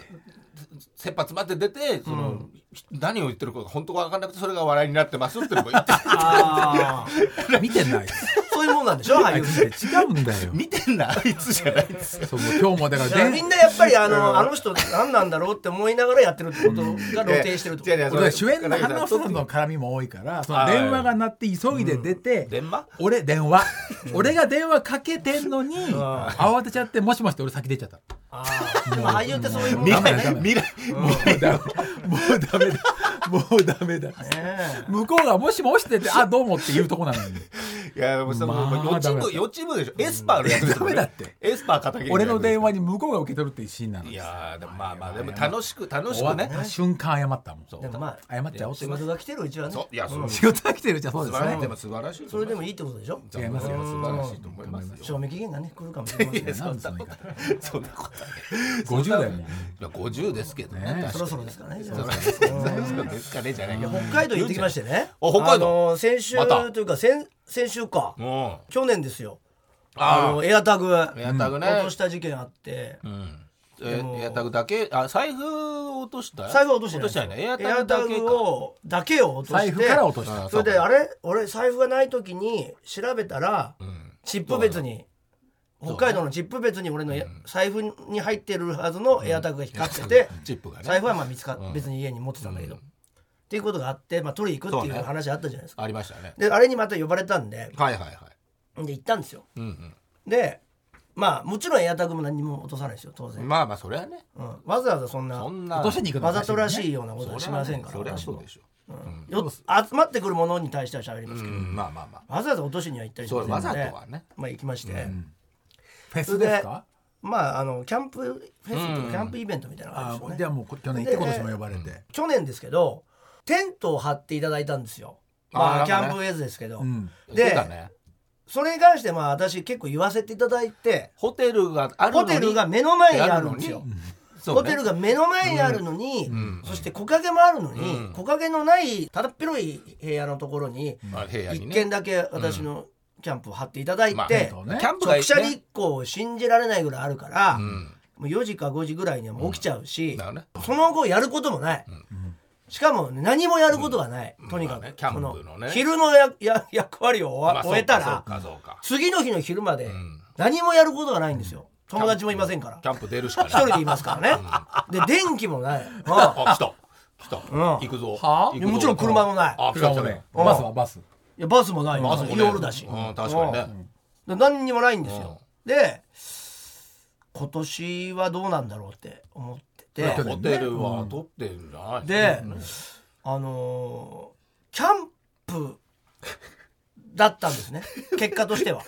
Speaker 2: 切羽詰まって出てその、何を言ってるかが本当か分かんなくてそれが笑いになってますっていうのも言ってた
Speaker 1: あー
Speaker 3: 見てない
Speaker 1: そういうもんなんでしょ
Speaker 3: あ
Speaker 1: 俳
Speaker 3: い
Speaker 1: 優
Speaker 3: つって違うんだよ
Speaker 2: 見てんなあいつじゃないですよ
Speaker 3: そうもう今日もだか
Speaker 1: だからら
Speaker 3: 電
Speaker 1: みんなやっぱりあのあの人何なんだろうって思いながらやってるってことが露呈してるってこと
Speaker 2: 違う違うそ
Speaker 3: 俺
Speaker 2: れ
Speaker 3: は主演の花房の絡みも多いからその
Speaker 2: はい
Speaker 3: 電話が鳴って急いで出て、
Speaker 2: 電話
Speaker 3: 俺電話俺が電話かけてんのに慌てちゃってもしもしって俺先出ちゃった
Speaker 1: あーでも俳優ってそういうもん
Speaker 2: 未
Speaker 1: なんだ
Speaker 3: ダメ
Speaker 2: 来
Speaker 3: だ
Speaker 2: 未来
Speaker 3: もうダメもうダメだもうダメだ
Speaker 1: ね
Speaker 3: 向こうがもしもしって言ってあどうもって言うとこなのに
Speaker 2: いやでもその、
Speaker 3: まあ
Speaker 2: 予知
Speaker 3: ダメ
Speaker 2: 部
Speaker 3: だ
Speaker 2: 予知部でしょエスパーのやつ
Speaker 3: ダメだって
Speaker 2: エスパー片桐
Speaker 3: 俺の電話
Speaker 2: に
Speaker 3: に向こうが受け取るっていうシーンなの
Speaker 2: い
Speaker 3: に
Speaker 2: やーでもまあまあでも楽しく楽し
Speaker 3: 終
Speaker 2: く
Speaker 3: わ
Speaker 2: ね
Speaker 3: った瞬間謝ったもん
Speaker 1: でもまあ
Speaker 3: 謝っちゃおうって
Speaker 1: 仕事が来てるうちはね
Speaker 2: そういやそう
Speaker 3: 仕事が来てるじゃんそう
Speaker 2: 素
Speaker 3: で
Speaker 2: 晴らしい
Speaker 3: す
Speaker 2: で
Speaker 3: ね
Speaker 2: も素晴らしい
Speaker 1: それでもいいってことでしょ
Speaker 2: 違いますよ素晴らしいと思いますよ
Speaker 1: 賞味期限がね来るかもしれませんね
Speaker 3: なんでその言い方
Speaker 2: そんなことない。
Speaker 3: 50だよもう
Speaker 2: いや50ですけどね。
Speaker 3: ね
Speaker 2: 確かに
Speaker 1: そろそろですかね
Speaker 2: そろそろそろですかねじゃないけど。
Speaker 1: 北海道行ってきましてね
Speaker 2: あ北海道
Speaker 1: あの先週
Speaker 2: また
Speaker 1: というか先先週か
Speaker 2: うん。あ
Speaker 1: 去年ですよあ
Speaker 2: あ
Speaker 1: のエアタグ
Speaker 2: エアタグね。
Speaker 1: 落とした事件あって
Speaker 2: うん。
Speaker 1: で
Speaker 2: え
Speaker 1: も
Speaker 2: エアタグだけあ財布を落とした
Speaker 1: 財布は落としてない
Speaker 2: ない
Speaker 1: んですよ
Speaker 2: エアタグだけ
Speaker 1: エアタ
Speaker 2: か
Speaker 1: グをだけを落として
Speaker 3: 財布から落とした
Speaker 2: あ
Speaker 1: それ
Speaker 2: う
Speaker 1: で
Speaker 2: か
Speaker 1: あれ俺財布がない時に調べたら
Speaker 2: うん
Speaker 1: チップ別に北海道のチップ別に俺のや財布に入ってるはずのエアタグが光ってて
Speaker 2: チップがね
Speaker 1: 財布はまあ見つか別に家に持ってたんだけどっていうことがあってまあ取りに行くっていう
Speaker 2: そうね
Speaker 1: 話あったじゃないですか
Speaker 2: ありましたね
Speaker 1: であれにまた呼ばれたんで
Speaker 2: はいはいはい
Speaker 1: で行ったんですよ
Speaker 2: うん
Speaker 1: でまあもちろんエアタグも何も落とさないですよ当
Speaker 2: う
Speaker 1: 然
Speaker 2: んまあまあそれはね
Speaker 1: うんわざわざそんな
Speaker 2: そんな
Speaker 3: 落としに行くの
Speaker 1: わざとら
Speaker 3: い
Speaker 1: しいようなことはしませんから
Speaker 2: それは
Speaker 1: 私
Speaker 2: そう
Speaker 1: も
Speaker 2: でしょ
Speaker 1: よ集まってくるものに対しては喋ります
Speaker 2: う
Speaker 1: けど
Speaker 2: んまあまあまあ
Speaker 1: わざわざ落としには行ったりしませ
Speaker 2: そ
Speaker 1: の
Speaker 2: うんわ
Speaker 1: で
Speaker 2: ざとはね
Speaker 1: まあ行きまして
Speaker 3: フェスですか
Speaker 1: まああのキャンプフェスとかキャンプイベントみたいな感
Speaker 3: あ
Speaker 1: じですよ
Speaker 3: じ
Speaker 1: ね
Speaker 3: ゃあもう去年行って今年も呼ばれて、
Speaker 1: 去年ですけどテントを張っていただいたんですよ
Speaker 2: あー
Speaker 1: ま
Speaker 2: な
Speaker 1: あ
Speaker 2: ん
Speaker 1: キ
Speaker 2: かね
Speaker 1: ャンプウェズですけど
Speaker 3: うん
Speaker 2: 言って
Speaker 1: で
Speaker 2: たね
Speaker 1: それに関してまあ私結構言わせていただいて
Speaker 2: ホテルがあるの
Speaker 1: ホ
Speaker 2: に
Speaker 1: テルが目の前にあ
Speaker 2: あ
Speaker 1: る
Speaker 2: るの
Speaker 1: んです
Speaker 2: に
Speaker 1: よ。
Speaker 2: そうね
Speaker 1: ホテルが目の前にあるのに、
Speaker 2: うん
Speaker 1: そして木陰もあるのに、
Speaker 2: うん
Speaker 1: 木陰のないただっ広い部屋のところに
Speaker 2: まあ部屋に
Speaker 1: 一
Speaker 2: ね
Speaker 1: 軒だけ私のキャンプを張っていただい
Speaker 2: まあ
Speaker 1: て、
Speaker 3: 本当ね
Speaker 2: キャンプがい
Speaker 1: 直
Speaker 2: いね
Speaker 1: 射日光を信じられないぐらいあるから、
Speaker 2: う
Speaker 1: も
Speaker 2: ん
Speaker 1: う4時か5時ぐらいにはもう起きちゃうし、
Speaker 2: なるね
Speaker 1: その後やることもない、しかも何もやることがない、
Speaker 2: うん
Speaker 1: とにか
Speaker 2: まあ
Speaker 1: く、
Speaker 2: ねキャンプの
Speaker 1: そ
Speaker 2: ね
Speaker 1: 昼のやや役割を終
Speaker 2: ま
Speaker 1: わ
Speaker 2: あ
Speaker 1: 終えたら、
Speaker 2: そうかそうか
Speaker 1: 次の日の昼ま
Speaker 2: そう
Speaker 1: で
Speaker 2: かうん
Speaker 1: 何もやることがないんですよ、友達もいませんから
Speaker 2: キャンプ出るしか
Speaker 1: 一
Speaker 2: ない
Speaker 1: 人でいますからね、で電気も ない、うん
Speaker 2: あ来た来た
Speaker 1: うん
Speaker 2: 行くぞ
Speaker 3: はあ
Speaker 2: 行くぞ
Speaker 1: もちろん車もない
Speaker 2: あ来た
Speaker 3: 車
Speaker 2: 来た
Speaker 3: もね
Speaker 1: うん
Speaker 3: バスはバス
Speaker 1: いやバスもないよ
Speaker 2: バスもね
Speaker 1: 夜だし、
Speaker 2: うん確かにね
Speaker 1: で何にもないんですよ、で今年はどうなんだろうって思ってて、
Speaker 3: だって
Speaker 2: ホテルは取ってるんじゃない
Speaker 1: で、あのーキャンプだったん ですね結果としては。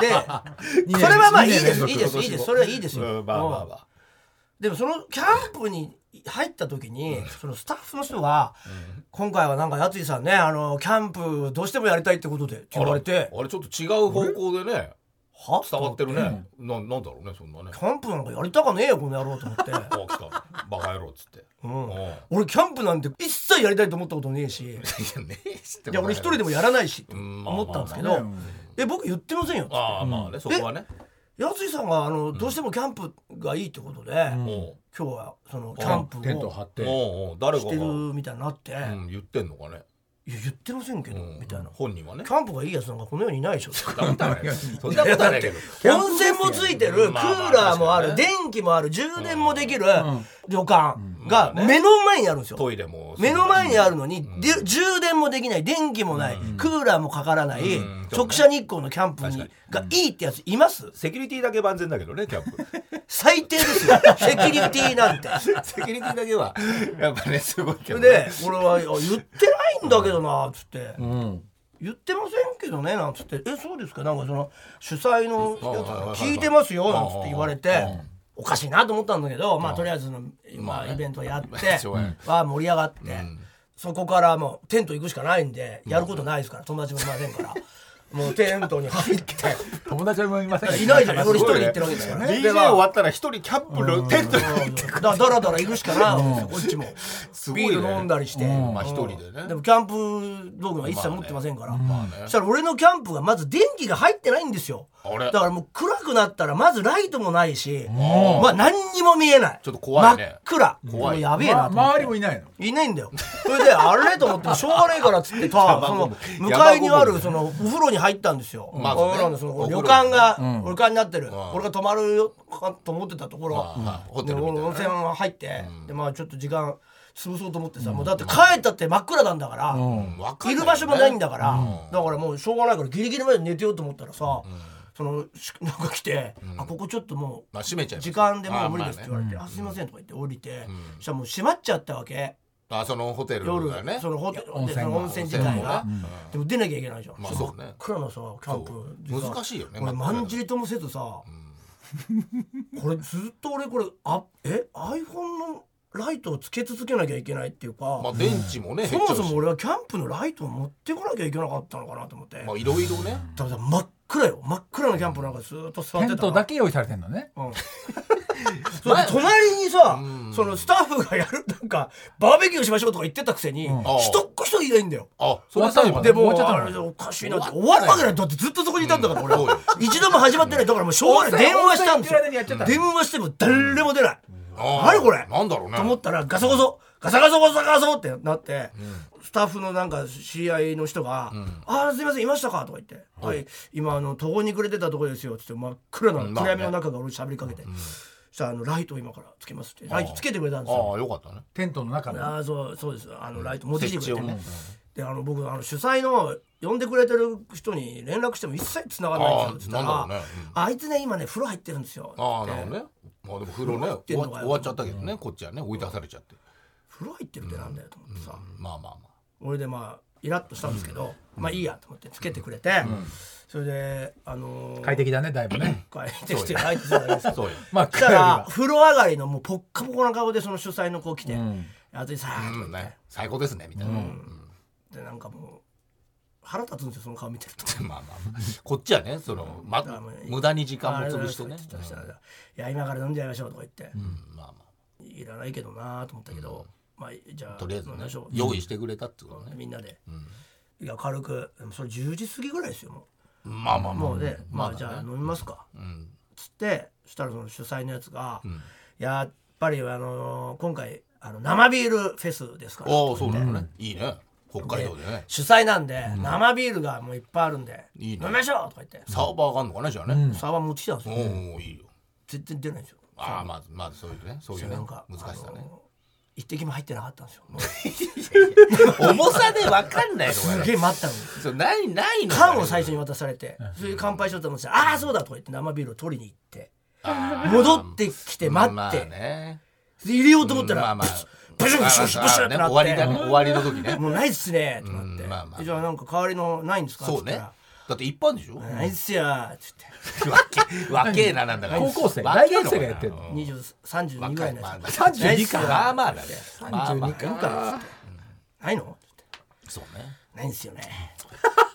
Speaker 1: で
Speaker 3: 年
Speaker 1: それはまあいい
Speaker 3: 二年
Speaker 1: で
Speaker 3: 連
Speaker 1: す
Speaker 3: 続
Speaker 1: いいですいいですそれはいいですよ。
Speaker 2: うんまあまあ
Speaker 1: うん
Speaker 2: まあ
Speaker 1: でもそのキャンプに入った時に、そのスタッフの人が、今回はなんかやついさんねあのキャンプどうしてもやりたいってことで」って言われて
Speaker 2: あれちょっと違う方向でね
Speaker 1: は
Speaker 2: 伝わってるねななんだろうねそんなね
Speaker 1: キャンプなんかやりたかねえよこの野郎と思って、
Speaker 2: あ来たバカ野郎っつって
Speaker 1: うん
Speaker 2: うん
Speaker 1: 俺キャンプなんて一切やりたいと思ったことねえし
Speaker 2: いやねえしって
Speaker 1: いや俺一人で
Speaker 2: も
Speaker 1: もやらないしと
Speaker 2: うんまあ
Speaker 1: 思ったんですけ
Speaker 2: ま
Speaker 1: ど「え僕言ってませんよ」
Speaker 2: ああまあねそこはね
Speaker 1: やついさんがあのどうしてもキャンプがいいってことで
Speaker 3: ん
Speaker 1: 今
Speaker 2: も
Speaker 1: 日はそのキャンプ
Speaker 3: テントを
Speaker 1: を
Speaker 3: 張
Speaker 2: う
Speaker 3: って
Speaker 2: もう誰
Speaker 1: し
Speaker 2: か
Speaker 1: てる
Speaker 2: が
Speaker 1: みたいになって「いや
Speaker 2: うん言ってんのかね
Speaker 1: 言ってませんけど」
Speaker 2: うん
Speaker 1: みたいな「キ
Speaker 2: 本人はね
Speaker 1: ャンプがいいやつなんかこの世にいないでしょ」
Speaker 2: そんなことない そんなことないけど
Speaker 1: 温泉もついてるク
Speaker 2: まあまあ
Speaker 1: ーラーもある
Speaker 2: 確か
Speaker 1: 電気もある充電もできる
Speaker 3: ん
Speaker 1: 旅館が
Speaker 2: うん
Speaker 1: 目の前にあるんですよ
Speaker 2: トイレも
Speaker 1: 目の前にあるのに、
Speaker 2: うん
Speaker 1: で充電もできない電気もない、クーラーもかからない、
Speaker 2: うん
Speaker 1: 直射日光のキャンプに
Speaker 2: 確
Speaker 1: がいいってやついます
Speaker 2: セキュリティだけ万全だけどねキャン プ
Speaker 1: 最低ですよセキュリティなんて。
Speaker 2: セキュリティだけはやっぱねすごいけどね
Speaker 1: で俺はあ「言ってないんだけどな」っつって
Speaker 3: うん
Speaker 1: 「言ってませんけどね」なんつって「えそうですか?」なんかその主催の
Speaker 2: うん
Speaker 1: やつ
Speaker 2: うん
Speaker 1: が「聞いてますよ」なんつって言われて
Speaker 2: うん。
Speaker 1: おかしいなと思ったんだけど、まあ、とりあえずの、
Speaker 2: ま
Speaker 1: ま
Speaker 2: あ
Speaker 1: あ、
Speaker 2: ね
Speaker 1: イベントやって、
Speaker 2: しょうがない
Speaker 1: は盛り上がって、
Speaker 2: ん
Speaker 1: そこからもうテント行くしかないんでやることないですから、友達もいません からもうテントに入って
Speaker 3: 友達もいませんが
Speaker 1: いないじゃん
Speaker 2: すご
Speaker 1: 俺
Speaker 2: い
Speaker 1: 一人で行
Speaker 2: ね
Speaker 1: ってるわけですからね
Speaker 2: DJ 終わったら一人キャンプのテントに
Speaker 1: だからだらだらいるしかないんですよこっちも
Speaker 2: すご
Speaker 1: ビ
Speaker 2: いね
Speaker 1: ール飲んだりして、
Speaker 2: うんまあ
Speaker 1: うん
Speaker 2: 一人でね
Speaker 1: もキャンプ道具は一切持ってませんから、
Speaker 2: まあね
Speaker 1: そしたら俺のキャンプがまず電気が入ってないんですよ
Speaker 2: あ
Speaker 1: だ
Speaker 2: れ
Speaker 1: からもう暗くなったらまずライトもないし、
Speaker 3: ん
Speaker 1: まあ何にも見えない
Speaker 2: ちょっと怖いね
Speaker 1: 真っ暗
Speaker 2: 怖い
Speaker 1: もうやべえ
Speaker 3: ま
Speaker 1: なと思って、
Speaker 3: 周りもいないの
Speaker 1: いないんだよ。それで、あれと思ってもしょうがねえからっ つってた、
Speaker 2: 山
Speaker 1: そ
Speaker 2: ご
Speaker 1: の
Speaker 2: も、
Speaker 1: 向かいにあ
Speaker 2: 山ごも
Speaker 1: る、その、お風呂に入ったんですよ。
Speaker 2: まずね
Speaker 1: お風呂のその
Speaker 2: お風呂
Speaker 1: 旅館が、
Speaker 3: ん
Speaker 1: 旅館になってる
Speaker 2: ん。
Speaker 1: 俺が泊まるよかと思ってたところ
Speaker 2: まあ、ホテ
Speaker 1: で
Speaker 2: ルみたいなね
Speaker 1: 温泉入って、で、まあちょっと時間潰そうと思ってさ、もうだって帰ったって真っ暗なんだから、
Speaker 2: うんわかん
Speaker 1: い
Speaker 2: よね
Speaker 1: る場所もないんだから、
Speaker 2: うん
Speaker 1: だからもうしょうがないからギリギリまで寝てようと思ったらさ、そのしなんか来て、あここちょっとも
Speaker 2: まあ閉めち
Speaker 1: う
Speaker 2: ゃいます
Speaker 1: 時間でもう無理ですって
Speaker 2: あ
Speaker 1: 言
Speaker 2: まあ
Speaker 1: わ
Speaker 2: ね
Speaker 1: れて「あ,、すいません」とか言って降りて、そしたらもう閉まっちゃったわけ
Speaker 2: あそのホテル
Speaker 1: 夜
Speaker 2: がね
Speaker 1: そのホテル
Speaker 3: 温泉
Speaker 1: そ
Speaker 3: が
Speaker 1: の温泉自体が、
Speaker 2: 温泉もね
Speaker 1: でも出なきゃいけないじゃん、
Speaker 2: まあそう
Speaker 1: 真
Speaker 2: ね
Speaker 1: っ暗なさキャンプ
Speaker 2: そ
Speaker 1: で
Speaker 2: う
Speaker 1: さ
Speaker 2: 難しいよね
Speaker 1: 俺
Speaker 2: 真っ暗だ
Speaker 1: まんじりともせずさ、これずっと俺これあえ iPhone のライトをつけ続けなきゃいけないっていうか、
Speaker 2: まあ電池もね
Speaker 1: そもそも
Speaker 2: 俺
Speaker 1: 俺はキャンプのライトを持ってこなきゃいけなかったのかなと思って、
Speaker 2: まあいろいろね
Speaker 1: ただ真っ暗よ真っ暗のキャンプの中でずっと座って
Speaker 3: テ
Speaker 1: た
Speaker 3: ン
Speaker 1: ら
Speaker 3: トだけ用意されてんのね
Speaker 1: うん そうで隣にさ、そのスタッフがやる なんかバーベキューしましょうとか言ってたくせに、
Speaker 2: ああ
Speaker 1: 人っ子一人いないんだよ
Speaker 2: あそれ最後
Speaker 1: でも
Speaker 3: 終わっちゃったの
Speaker 1: あれおかしいなって終わるわけないだってずっとそこにいたんだから 俺
Speaker 2: そうよ
Speaker 1: 一度も始まってないだからもうしょうがない電話したんですよ
Speaker 3: 温泉行ってる間にやっちゃった
Speaker 1: 電話しても誰も出ない、
Speaker 2: あ
Speaker 1: 何これ
Speaker 2: なんだろうね
Speaker 1: と思ったらガサゴソガサガソガサガソってなって、スタッフのなんか知り合いの人が「ああすいませんいましたか」とか言って「はい今あの途方に暮れてたとこですよ」っつって真っ暗な
Speaker 2: うんまあ
Speaker 1: 暗
Speaker 2: ね
Speaker 1: 闇の中が俺に喋りかけて「そしたらあのライトを今からつけます」ってライトつけてくれたんですよ。
Speaker 2: ああよかったね
Speaker 3: テントの中で
Speaker 1: ああそうそうですあのライト持ってきてく
Speaker 2: 設
Speaker 1: れ
Speaker 2: 置
Speaker 1: て
Speaker 2: を
Speaker 1: ね
Speaker 2: ね。
Speaker 1: であの僕あの主催の呼んでくれてる人に連絡しても一切繋がらないんですよって言った
Speaker 2: あ
Speaker 1: ら
Speaker 2: あなんだろうね
Speaker 1: 「あいつね今ね風呂入ってるんですよ」
Speaker 2: ああ
Speaker 1: って
Speaker 2: なる
Speaker 1: 言って
Speaker 2: ほどねまあでも風呂ね終わ終わっちゃったけどねこっちはね追い出されちゃって
Speaker 1: 風呂入ってるってなんだよと思ってさ。
Speaker 2: まあまあま
Speaker 1: 俺でまあイラッとしたんですけど、まあいいやと思ってつけてくれて、それであのー、
Speaker 3: 快適だねだいぶね
Speaker 1: 快適って入ってたんです
Speaker 2: あそうよ
Speaker 3: まあ
Speaker 1: そ
Speaker 3: 来
Speaker 1: した
Speaker 3: た
Speaker 1: ら
Speaker 3: ら
Speaker 1: 風呂上がりのもうポッカポカな顔でその主催の子来て
Speaker 3: ん
Speaker 1: 「あついさ」
Speaker 2: う
Speaker 1: とか
Speaker 2: ん
Speaker 1: 言って
Speaker 2: ね最高ですねみたいな
Speaker 1: でなんかもう腹立つんですよその顔見てると。
Speaker 2: まあまあまあこっちはねその、ま
Speaker 1: ダメ、
Speaker 2: 無駄に時間も潰してね
Speaker 1: あれだとか言ってたらいや今から飲んじゃいましょうとか言って、
Speaker 2: うん、うんまあま
Speaker 1: いらないけどなと思ったけど、まあじゃ
Speaker 2: あ
Speaker 1: あ
Speaker 2: とりあえず
Speaker 1: 飲みましょ
Speaker 2: ね
Speaker 1: う
Speaker 2: 用意してくれたってことね、
Speaker 1: みんなで、いや軽くでもそれ10時過ぎぐらいですよも
Speaker 2: まあまあ
Speaker 1: う
Speaker 2: まあ
Speaker 1: もうで、まあ
Speaker 2: だ
Speaker 1: じゃあ
Speaker 2: ね
Speaker 1: 飲みますか、
Speaker 2: うん
Speaker 1: つってそしたらその主催のやつが、やっぱりあの今回あの生ビールフェスですから
Speaker 2: ああそうなのね、いいね北海道でね
Speaker 1: 主催なんで、生ビールがもういっぱいあるんで
Speaker 2: いいね
Speaker 1: 飲みましょうとか言って
Speaker 2: サーバーがあんのかなじゃあね、
Speaker 1: サーバー持ってきたんですよ、
Speaker 2: おおいいよ
Speaker 1: 全然出ないんですよ
Speaker 2: ああまずまずそういうねそういうね
Speaker 1: なんか
Speaker 2: 難しさ
Speaker 1: あ
Speaker 2: ね
Speaker 1: の一滴も入ってなかったんですよ もう
Speaker 2: 重さでわかんないのか
Speaker 1: す
Speaker 2: な
Speaker 1: げえ待ったのに
Speaker 2: そうないないのかな
Speaker 1: 缶を最初に渡されてそれで乾杯しようと思ってたら「ああーそうだ」とか言って生ビールを取りに行って
Speaker 2: あー
Speaker 1: 戻ってきて待
Speaker 2: ま
Speaker 1: っ
Speaker 2: あ
Speaker 1: て、
Speaker 2: ね
Speaker 1: で入れようと思ったら、
Speaker 2: まあまあ
Speaker 1: ブシュブシュブシュブシュ
Speaker 2: あー
Speaker 1: って
Speaker 2: ね
Speaker 1: なって
Speaker 2: 終わりだね終わりの時ね
Speaker 1: もうないっすね」とかって、
Speaker 2: うんまあまあ
Speaker 1: じゃあなんか代わりのないんですか?」って
Speaker 2: そ
Speaker 1: 言
Speaker 2: う
Speaker 1: った
Speaker 2: ね
Speaker 1: ら
Speaker 2: だって一般でし
Speaker 1: 「
Speaker 2: ょ
Speaker 1: ないっすよ」っつって
Speaker 2: わけわけえななんだから
Speaker 3: 高校生
Speaker 2: わけえのか
Speaker 3: 大学生
Speaker 2: な
Speaker 3: がやってんの
Speaker 2: うん
Speaker 1: 20 32ぐらいのやつ
Speaker 2: 若い
Speaker 1: ないっ
Speaker 3: 32
Speaker 1: すよ
Speaker 2: まあまあだねまあまあ
Speaker 3: 32か
Speaker 1: ないの?」っつって
Speaker 2: そうね
Speaker 1: 「ないんすよね」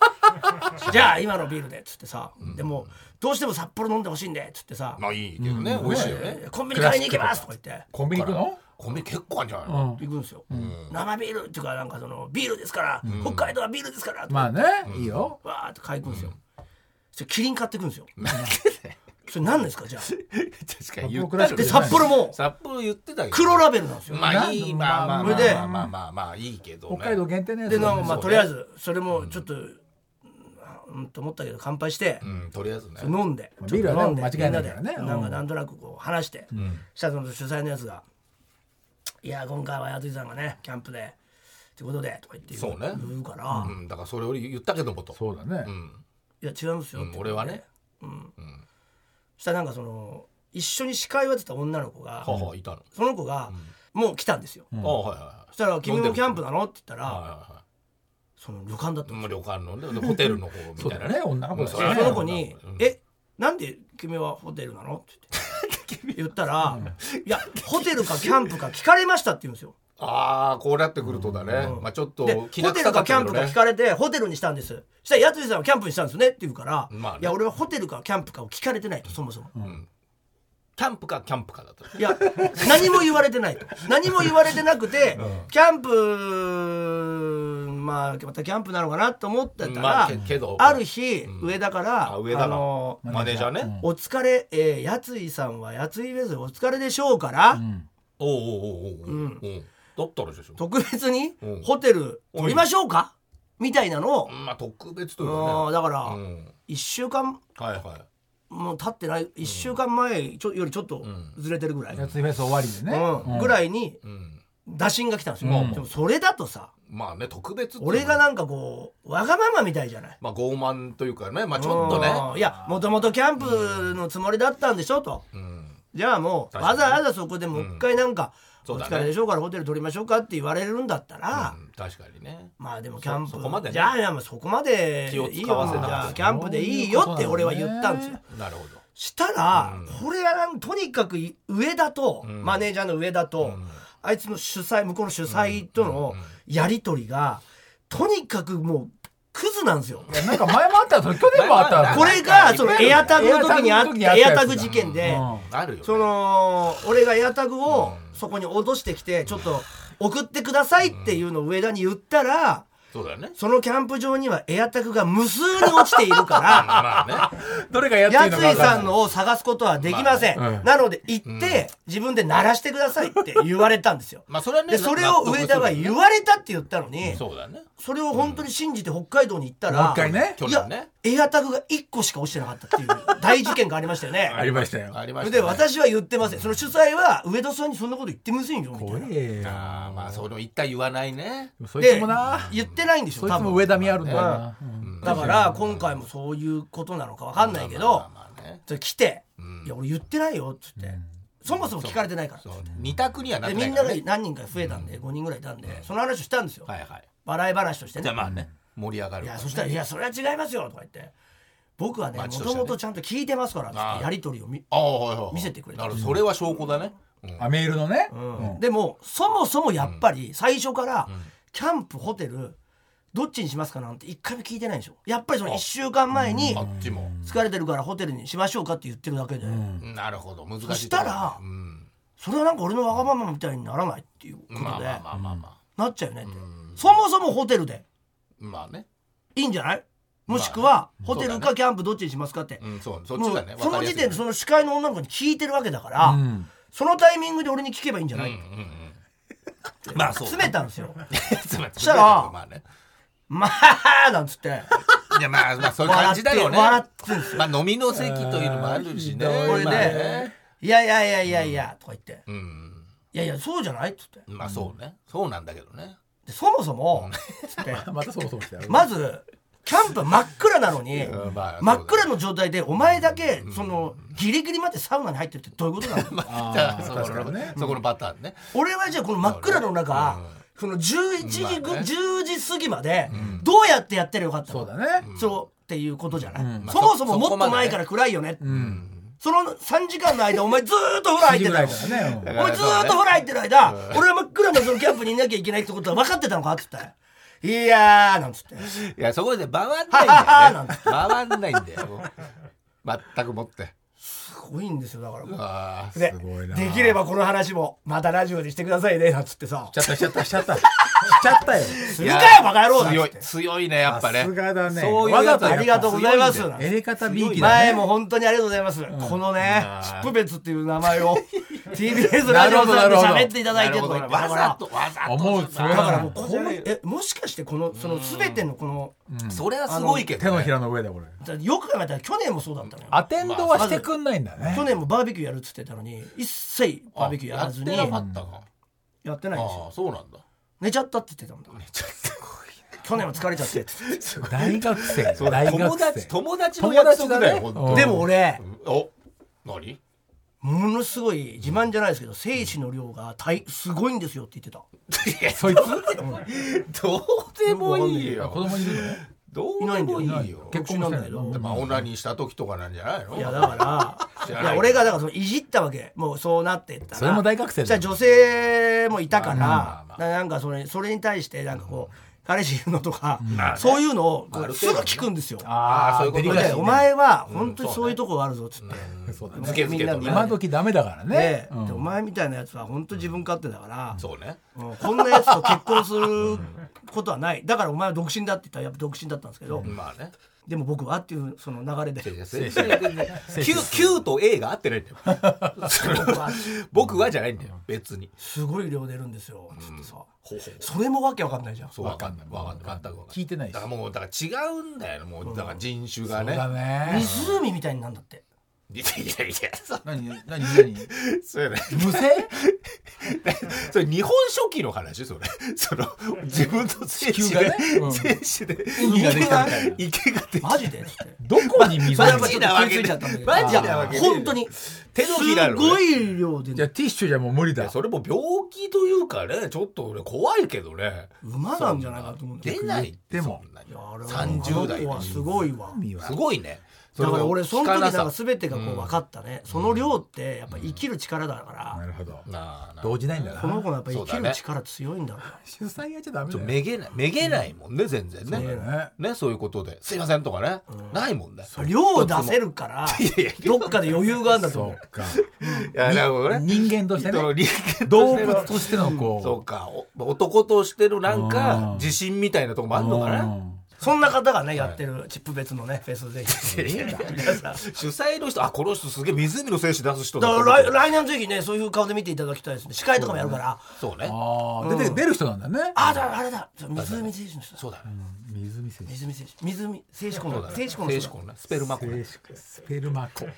Speaker 1: じゃあ今のビールで」っつってさ、でもどうしても札幌飲んでほしいんで」っつってさ、
Speaker 2: まあいいけどね美味しいよね
Speaker 1: えーコンビニ買いに行きます」とか言って
Speaker 3: コンビニ行くの
Speaker 2: 米結構あるんじゃないの
Speaker 3: うん
Speaker 1: 行くんですよ、生ビールっていうかなんかそのビールですから、北海道はビールですから、
Speaker 3: まあねいいよ
Speaker 1: わーって買いに行くんですよ、それキリン買ってくんですよそれ何ですかじゃあ
Speaker 2: 確かに言ったけど
Speaker 1: で札幌も
Speaker 2: 札幌言ってたけど
Speaker 1: 黒ラベルなんですよ、
Speaker 2: まあいいまあまあま
Speaker 1: それで
Speaker 2: あまあまあまあいいけどね
Speaker 3: 北海道限定のやつ
Speaker 1: でなんかまあとりあえずそれもちょっとうんうんと思ったけど乾杯して
Speaker 2: うんとりあえずね
Speaker 1: 飲んで
Speaker 3: まあ
Speaker 1: ちょっ
Speaker 3: ビール
Speaker 1: と
Speaker 3: は
Speaker 1: 飲ん
Speaker 3: ね
Speaker 1: で
Speaker 3: 間
Speaker 1: み
Speaker 3: 違い
Speaker 1: ん
Speaker 3: な
Speaker 1: ないで
Speaker 3: からねうん
Speaker 1: なんかなんとなくこう話してしたらその主催のやつが「いや今回は八木さんがねキャンプでってことで」とか言って
Speaker 2: そうね
Speaker 1: 言うから
Speaker 2: うんだからそれを言ったけどもと
Speaker 3: そうだね
Speaker 2: うん
Speaker 1: 「いや違うんですよ」って言って
Speaker 2: 俺はね
Speaker 1: そしたらなんかその一緒に司会をやってた女の子が
Speaker 2: ははいたの
Speaker 1: その子がもう来たんですよ
Speaker 2: あはいはいはい
Speaker 1: そしたら「君もキャン
Speaker 2: プ
Speaker 1: プなの?」って言った
Speaker 2: はい
Speaker 1: ら
Speaker 2: はいは
Speaker 1: その旅館だった
Speaker 2: い
Speaker 1: ん
Speaker 2: ま
Speaker 1: で
Speaker 2: あ旅館のねホテルの方み
Speaker 3: そう
Speaker 2: たい
Speaker 3: だ
Speaker 2: な
Speaker 3: ね
Speaker 2: ね
Speaker 3: 女の子だ
Speaker 1: す
Speaker 3: し
Speaker 1: よ
Speaker 2: う
Speaker 1: で
Speaker 2: ん
Speaker 1: そ
Speaker 2: れ
Speaker 1: の
Speaker 2: は
Speaker 1: 子に
Speaker 2: うん
Speaker 1: 「えなんで君はホテルなの?」 って言って言ったら「いやホテルかキャンプか聞かれました」って言うんですよ
Speaker 2: ああこうなってくるとだねまあちょっと
Speaker 1: でホテ
Speaker 2: きな臭
Speaker 1: ル
Speaker 2: か
Speaker 1: か
Speaker 2: っ
Speaker 1: キャ
Speaker 2: た
Speaker 1: ン
Speaker 2: け
Speaker 1: プ
Speaker 2: ど
Speaker 1: か
Speaker 2: ね
Speaker 1: 聞かれてホテルにしたんですそしたら八つさんはキャンプにしたんですねって言うから「
Speaker 2: まあね
Speaker 1: いや俺はホテルかキャンプかを聞かれてないとそもそも」
Speaker 2: キャンプかキャンプかだった
Speaker 1: いや何も言われてないと何も言われてなく て、キャンプまあまたキャンプなのかなと思ってたら、
Speaker 2: まあ
Speaker 1: あ
Speaker 2: けけど
Speaker 1: る日、上田から
Speaker 2: あ上田が
Speaker 1: の
Speaker 2: マネージャーね
Speaker 1: お疲れ、えー、やついさんはやついフェスお疲れでしょうから、
Speaker 2: おうおうおうおうおうだったらでしょ
Speaker 1: 特別に
Speaker 2: うん
Speaker 1: ホテル取りましょうか、みたいなのを、
Speaker 2: まあ特別と
Speaker 1: う
Speaker 2: いうんかね
Speaker 1: だから、
Speaker 2: うん
Speaker 1: 1週間
Speaker 2: はいはい
Speaker 1: もう経ってない1週間前ちょよりちょっとずれてるぐらい、
Speaker 3: やついフェス終わりでね
Speaker 1: うんぐらいに
Speaker 2: うん
Speaker 1: 打診が来たんですよ、
Speaker 2: うん
Speaker 1: でもそれだとさ
Speaker 2: まあね特別っていうのは
Speaker 1: 俺がなんかこうわがままみたいじゃない
Speaker 2: まあ傲慢というかねまあちょっと
Speaker 1: うん
Speaker 2: ね
Speaker 1: いやもともとキャンプのつもりだったんでしょと、
Speaker 2: うん
Speaker 1: じゃあもう
Speaker 2: 確か
Speaker 1: わ
Speaker 2: に
Speaker 1: ざわざそこでもう一回なんか、
Speaker 2: そう
Speaker 1: お
Speaker 2: だね
Speaker 1: 疲れでしょうからホテル取りましょうかって言われるんだったら、
Speaker 2: うん確かにね
Speaker 1: まあでもキャンプ
Speaker 2: そそこまでね
Speaker 1: じゃあいやもうそこまでいい
Speaker 2: 気を
Speaker 1: よ
Speaker 2: 使
Speaker 1: じ
Speaker 2: わせなかった
Speaker 1: ゃあキャンプでいいよって俺は言ったんですよ。
Speaker 2: なるほど
Speaker 1: したら、これがなんとにかく上田と、マネージャーの上田と、あいつの主催向こうの主催とのやり取りがとにかくもうクズなんですよ。
Speaker 3: なんか前もあったよそれ去年もあったよ
Speaker 2: 前も
Speaker 1: こ
Speaker 2: あっ
Speaker 1: れがそのエアタグの時にあっ
Speaker 3: エアタグの時にあった
Speaker 1: エ
Speaker 3: やつだ
Speaker 1: アタグ事件で、
Speaker 2: あるよね
Speaker 1: その俺がエアタグをそこに脅してきてちょっと送ってくださいっていうのを上田に言ったら。
Speaker 2: そうだよね
Speaker 1: そのキャンプ場にはエアタグが無数に落ちているから
Speaker 2: ま あね
Speaker 3: どれがや つい
Speaker 1: や
Speaker 3: の
Speaker 1: つ
Speaker 3: かわ
Speaker 1: い
Speaker 3: か
Speaker 1: さ
Speaker 3: ん
Speaker 1: ん
Speaker 3: ない
Speaker 1: のを探すことはできません、
Speaker 3: まあねうん
Speaker 1: なので行って、自分で鳴らしてくださいって言われたんですよ
Speaker 2: まあそれはね
Speaker 1: でそれを上田が言われたって言ったのにそ
Speaker 2: そうだね
Speaker 1: れを本当に信じて北海道に行ったら、
Speaker 3: もう一回ね
Speaker 2: 去
Speaker 1: い
Speaker 2: 年
Speaker 1: や、
Speaker 2: ね
Speaker 1: エアタグが1個しか落ちてなかったっていう 大事件がありましたよね
Speaker 3: ありましたよ
Speaker 2: ありま
Speaker 1: それ
Speaker 2: し
Speaker 1: で
Speaker 2: たね
Speaker 1: 私は言ってませんその主催は上田さんにそんなこと言ってませんよみた
Speaker 3: 怖
Speaker 1: いな
Speaker 3: えよ
Speaker 2: あーまあそれを一体言わないね
Speaker 3: そいつ
Speaker 1: で
Speaker 3: もな
Speaker 1: 言ってないんでしょ
Speaker 3: そい
Speaker 1: 多
Speaker 3: つも
Speaker 1: 分
Speaker 3: 上田見あるんだよな
Speaker 1: だから今回もそういうことなのか分かんないけど、
Speaker 2: まあまあね
Speaker 1: それ来て、いや俺言ってないよ」っつって、そもそも聞かれてないから
Speaker 2: そう二択にはなっ
Speaker 1: で
Speaker 2: てな
Speaker 1: み
Speaker 2: い
Speaker 1: ん
Speaker 2: か
Speaker 1: な
Speaker 2: ら
Speaker 1: が
Speaker 2: ね
Speaker 1: 何人か増えたんで、5人ぐらいいたんで、その話をしたんですよ、
Speaker 2: はいはい
Speaker 1: 笑い話として
Speaker 2: じゃ
Speaker 1: ね
Speaker 2: あまあね盛り上がる
Speaker 1: い
Speaker 2: か
Speaker 1: や
Speaker 2: ら
Speaker 1: そしたら「いやそれは違いますよ」とか言って「僕はねも
Speaker 2: 街として
Speaker 1: と
Speaker 2: ね
Speaker 1: もとちゃんと聞いてますから」つ
Speaker 2: あ
Speaker 1: っ
Speaker 2: あ
Speaker 1: てやり取りを見、
Speaker 2: ああはいはいはい
Speaker 1: 見せてくれた
Speaker 2: なるほどそれは証拠だねうん
Speaker 3: あメールのね
Speaker 1: うんでもそもそもやっぱり最初からキャンプホテルどっちにしますかなんて一回も聞いてないでしょやっぱりその1週間前に
Speaker 2: あっちも。
Speaker 1: 疲れてるからホテルにしましょうかって言ってるだけで、
Speaker 2: なるほど、難しいところ。
Speaker 1: そしたら
Speaker 2: うん
Speaker 1: それはなんか俺のわがままみたいにならないっていうことで、
Speaker 2: まあまあまあまあま
Speaker 1: なっちゃうよねって、
Speaker 2: ん
Speaker 1: そもそもホテルで
Speaker 2: あ。まあね。
Speaker 1: いいんじゃないもしくは
Speaker 2: まあ
Speaker 1: ホテル
Speaker 2: そうだ
Speaker 1: かキャンプどっちにしますかって、
Speaker 2: うん、そう、そっ
Speaker 1: も
Speaker 2: ち
Speaker 1: う
Speaker 2: がね。
Speaker 1: その時点でその司会の女の子に聞いてるわけだから、
Speaker 3: うん
Speaker 1: そのタイミングで俺に聞けばいいんじゃ
Speaker 2: うん
Speaker 1: な
Speaker 2: う
Speaker 1: い、
Speaker 2: んうん。まあそう。
Speaker 1: 詰めたんですよ
Speaker 2: 詰めた。
Speaker 1: そしたら
Speaker 2: まあね。
Speaker 1: まあなんつって
Speaker 2: いやまあまあそういう感じだよね。
Speaker 1: 笑ってんす
Speaker 2: まあ飲みの席というのもあるしね。
Speaker 3: あー
Speaker 1: これで、
Speaker 2: まあね
Speaker 1: いやいやいやいやいや、とか言って、い
Speaker 2: うん。
Speaker 1: やいや、そうじゃないっつって。
Speaker 2: まあそうね。そうなんだけどね。
Speaker 1: でそもそも、つって、
Speaker 3: またそうそうしてやる
Speaker 1: まず、キャンプ真っ暗なのに、
Speaker 2: うんまあ
Speaker 1: 真っ 暗の状態で、お前だけ、その、ギリギリまでサウナに入ってるってどういうことなの
Speaker 3: あ
Speaker 2: じゃあ
Speaker 3: ー
Speaker 2: そ
Speaker 3: 確か
Speaker 2: こ
Speaker 3: にね
Speaker 2: のそこのパターンね。
Speaker 1: 俺はじゃあ、この真っ暗の中
Speaker 2: うん、
Speaker 1: その11時ぐ、
Speaker 2: まあね
Speaker 1: 10時過ぎまで、どうやってやってりゃよかったの
Speaker 3: そうだね
Speaker 1: そう、っていうことじゃない、
Speaker 3: うん
Speaker 2: まあ
Speaker 1: そもそも
Speaker 2: そ
Speaker 1: もっ
Speaker 2: そことまでね
Speaker 1: 前から暗いよね。
Speaker 3: うん
Speaker 1: その3時間の間、お前ずーっとお風呂入っ
Speaker 3: 昼
Speaker 1: て
Speaker 3: ぐ
Speaker 1: た
Speaker 3: らい
Speaker 1: よ
Speaker 3: か。らねうん
Speaker 1: お前ずーっとほら入ってる間、俺は真っ暗なそのキャンプにいなきゃいけないってことは分かってたのかって言ったらいやー、なんつって。
Speaker 2: いやそこで回んないん
Speaker 1: ははは
Speaker 2: だ
Speaker 1: なん
Speaker 2: よね
Speaker 1: て。
Speaker 2: 回んないんだよ。全くもって。
Speaker 1: すごいんですよ、だからもう。
Speaker 2: ああ。
Speaker 1: で、
Speaker 3: ごいな
Speaker 1: できればこの話も、またラジオでしてくださいね、なんつってさ
Speaker 3: しち。ゃったしちゃったしちゃったしちゃったよ
Speaker 1: するかよ、バカ野郎なん
Speaker 2: 強
Speaker 1: つっ
Speaker 2: い
Speaker 1: て。
Speaker 2: 強いねやっぱね。
Speaker 3: さすがだね
Speaker 2: そういうやつはやっぱ
Speaker 1: ありがとうございます。なんつって
Speaker 3: エレカタビーキだ
Speaker 1: 前
Speaker 3: ね
Speaker 1: も本当にありがとうございます。このね、チップ別っていう名前を TBS
Speaker 3: な
Speaker 1: ラジ
Speaker 3: るほ
Speaker 1: オ
Speaker 3: ど
Speaker 1: さんで
Speaker 3: なるほど
Speaker 1: 喋っていただい
Speaker 2: な
Speaker 1: て
Speaker 2: る
Speaker 1: と
Speaker 2: ほ
Speaker 1: か
Speaker 2: ど
Speaker 1: 言
Speaker 2: ね
Speaker 1: ってだか
Speaker 2: わざ
Speaker 1: ら
Speaker 2: とわざと。
Speaker 3: 思うそれ
Speaker 1: だからも
Speaker 3: は
Speaker 1: うこのえもしかしてこのその全てのこの
Speaker 2: それはすごいけど
Speaker 3: 手
Speaker 2: ね。
Speaker 3: のひらの上だこれ
Speaker 1: だからよく考えたら去年もそうだったのよ
Speaker 3: アテンドはしてくんないんだね
Speaker 1: 去年もバーベキューやるっつってたのに一切バーベキューやらずに
Speaker 2: あやってなかったか。
Speaker 1: やってないんです
Speaker 2: あ
Speaker 1: よ
Speaker 2: あそうなんだ。
Speaker 1: 寝ちゃったって言ってたんだから去年は疲れちゃって
Speaker 3: 大学生大
Speaker 2: 友
Speaker 3: 学
Speaker 2: 達
Speaker 3: 生
Speaker 2: 友達の約束だよ
Speaker 3: 友達
Speaker 2: 本
Speaker 3: だね
Speaker 2: 当に。
Speaker 1: でも俺
Speaker 2: お何
Speaker 1: ものすごい自慢じゃないですけど精子の量が大すごいんですよって言ってた
Speaker 3: そいつ
Speaker 2: どうでもいい
Speaker 3: あ子
Speaker 2: よ
Speaker 3: 供いる
Speaker 2: どうでもいいよ
Speaker 1: いないんだよ
Speaker 3: 結婚もしてないの
Speaker 1: うちなんだけど
Speaker 2: まあオナニーした時とかなんじゃないの
Speaker 1: いやだから
Speaker 2: 知ら
Speaker 1: い
Speaker 2: ない
Speaker 1: や俺がだからそのいじったわけもうそうなってったら
Speaker 3: それも大学生
Speaker 1: じゃ
Speaker 3: だ
Speaker 1: あ
Speaker 3: よ
Speaker 1: 女性もいたから,、
Speaker 2: まあまあまあ
Speaker 1: なんかそれそれに対してなんかこう、彼氏いるのとか、
Speaker 2: まあね
Speaker 1: そういうのをこ
Speaker 2: まああ
Speaker 1: う
Speaker 2: る
Speaker 1: す
Speaker 2: 程
Speaker 1: ぐ
Speaker 2: 度ね
Speaker 1: 聞くんですよ、
Speaker 2: あーそういうこと
Speaker 3: デ
Speaker 1: そ
Speaker 3: リカ
Speaker 1: れ
Speaker 3: シー
Speaker 1: で
Speaker 3: ね
Speaker 1: お前は
Speaker 2: うん
Speaker 1: 本当に
Speaker 2: そうね
Speaker 1: そういうとこがあるぞっつって、
Speaker 3: そうだ
Speaker 2: ずけずけとね
Speaker 3: 今時ダメだからね
Speaker 1: で,、でお前みたいなやつは本当自分勝手だから、
Speaker 2: そうね
Speaker 1: うんこんなやつと結婚することはないだからお前は独身だって言ったらやっぱ独身だったんですけど、
Speaker 2: まあね
Speaker 1: でも僕はっていうその流れで
Speaker 2: いや先生9 9と A が合ってないんだよそれ
Speaker 1: 僕は
Speaker 2: 僕はじゃないんだよ別に
Speaker 1: すごい量出るんですよつってさ、
Speaker 2: ほうほう
Speaker 1: それもわけわかんないじゃん
Speaker 2: そうわかんないわかんない全くわかんない
Speaker 3: 聞いてないし
Speaker 2: だからもうだから違うんだよもうだから人種が
Speaker 3: そう
Speaker 2: ね
Speaker 3: だね
Speaker 1: 湖みたいになるんだって
Speaker 2: いやいやいやそ
Speaker 3: 何何 何
Speaker 2: そうやね
Speaker 3: 無性
Speaker 2: それ日本書紀の話それ その自分の精子
Speaker 3: 地球が
Speaker 2: で、
Speaker 3: ねうん
Speaker 2: 精子で
Speaker 3: 海ができたみたいな
Speaker 2: 池ができた
Speaker 1: マジでつって
Speaker 3: どこに水
Speaker 1: それはやっぱ
Speaker 2: マ
Speaker 1: ちょっ
Speaker 2: ジ
Speaker 1: と食いつい
Speaker 2: なわけ
Speaker 1: ちゃったんだけど
Speaker 2: マジなわけね
Speaker 1: 本当に
Speaker 2: 手のひら
Speaker 1: す
Speaker 2: のね
Speaker 1: ごい量で
Speaker 3: じゃあティッシュじゃもう無理だ
Speaker 2: それも病気というかねちょっと俺怖いけどね
Speaker 1: 馬なんじゃないかと思うんだけ
Speaker 2: 出
Speaker 1: ど
Speaker 2: ないって
Speaker 3: で
Speaker 2: そ
Speaker 3: も
Speaker 2: んなに
Speaker 1: いやあれは
Speaker 2: 30代
Speaker 1: あの子はすごいわ
Speaker 3: 海は
Speaker 2: すごいね
Speaker 1: だから俺その時なんか
Speaker 2: す
Speaker 1: 全てがこう分かったねその量ってやっぱ生きる力だから
Speaker 3: なるほど
Speaker 2: なあなあ
Speaker 3: 動じないんだ
Speaker 1: この
Speaker 3: な
Speaker 1: 子のやっぱ生き
Speaker 2: そうだ
Speaker 1: る
Speaker 2: ね
Speaker 1: 力強いんだろう
Speaker 3: 主催やっちゃダメ
Speaker 2: ちょっと
Speaker 3: だよ
Speaker 2: めげないめげないもんね全然ね
Speaker 3: ね
Speaker 2: ねそういうことですいませんとかねないもんね
Speaker 1: な量を出せるからどっかで余裕があるんだと
Speaker 3: そ
Speaker 1: 思う
Speaker 3: うか
Speaker 2: いやなるほどね
Speaker 3: 人間として
Speaker 2: その
Speaker 3: ね
Speaker 2: 人間
Speaker 3: 動物としてのこう
Speaker 2: そうかお男としてのなん
Speaker 3: う
Speaker 2: か
Speaker 3: ん
Speaker 2: 自信みたいなとこもあんのか
Speaker 3: う
Speaker 2: なん
Speaker 1: そんな方がねやってるチップ別のねフェスぜひ皆さん
Speaker 2: 主催の人あこの人すげえ湖の精子出す人
Speaker 1: だ
Speaker 2: だ
Speaker 1: から来来年ぜひねそういう顔で見ていただきたいですね司会とかもやるから
Speaker 2: そうね
Speaker 3: ああ出て出る人なんだね
Speaker 1: あだあれだ湖選手の人だ
Speaker 2: そうだね
Speaker 3: 水見せて
Speaker 1: 湖選手湖選手婚
Speaker 2: そう
Speaker 1: の
Speaker 2: だね
Speaker 1: 選手婚の
Speaker 2: 精子
Speaker 1: 人
Speaker 2: 婚ねスペルマコね
Speaker 3: スペルマコ
Speaker 1: だ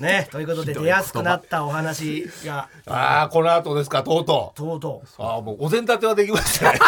Speaker 1: ねということで出やすくなったお話が
Speaker 2: ああこの後ですかとうとう
Speaker 1: とうと
Speaker 2: ああもうお膳立てはできましたね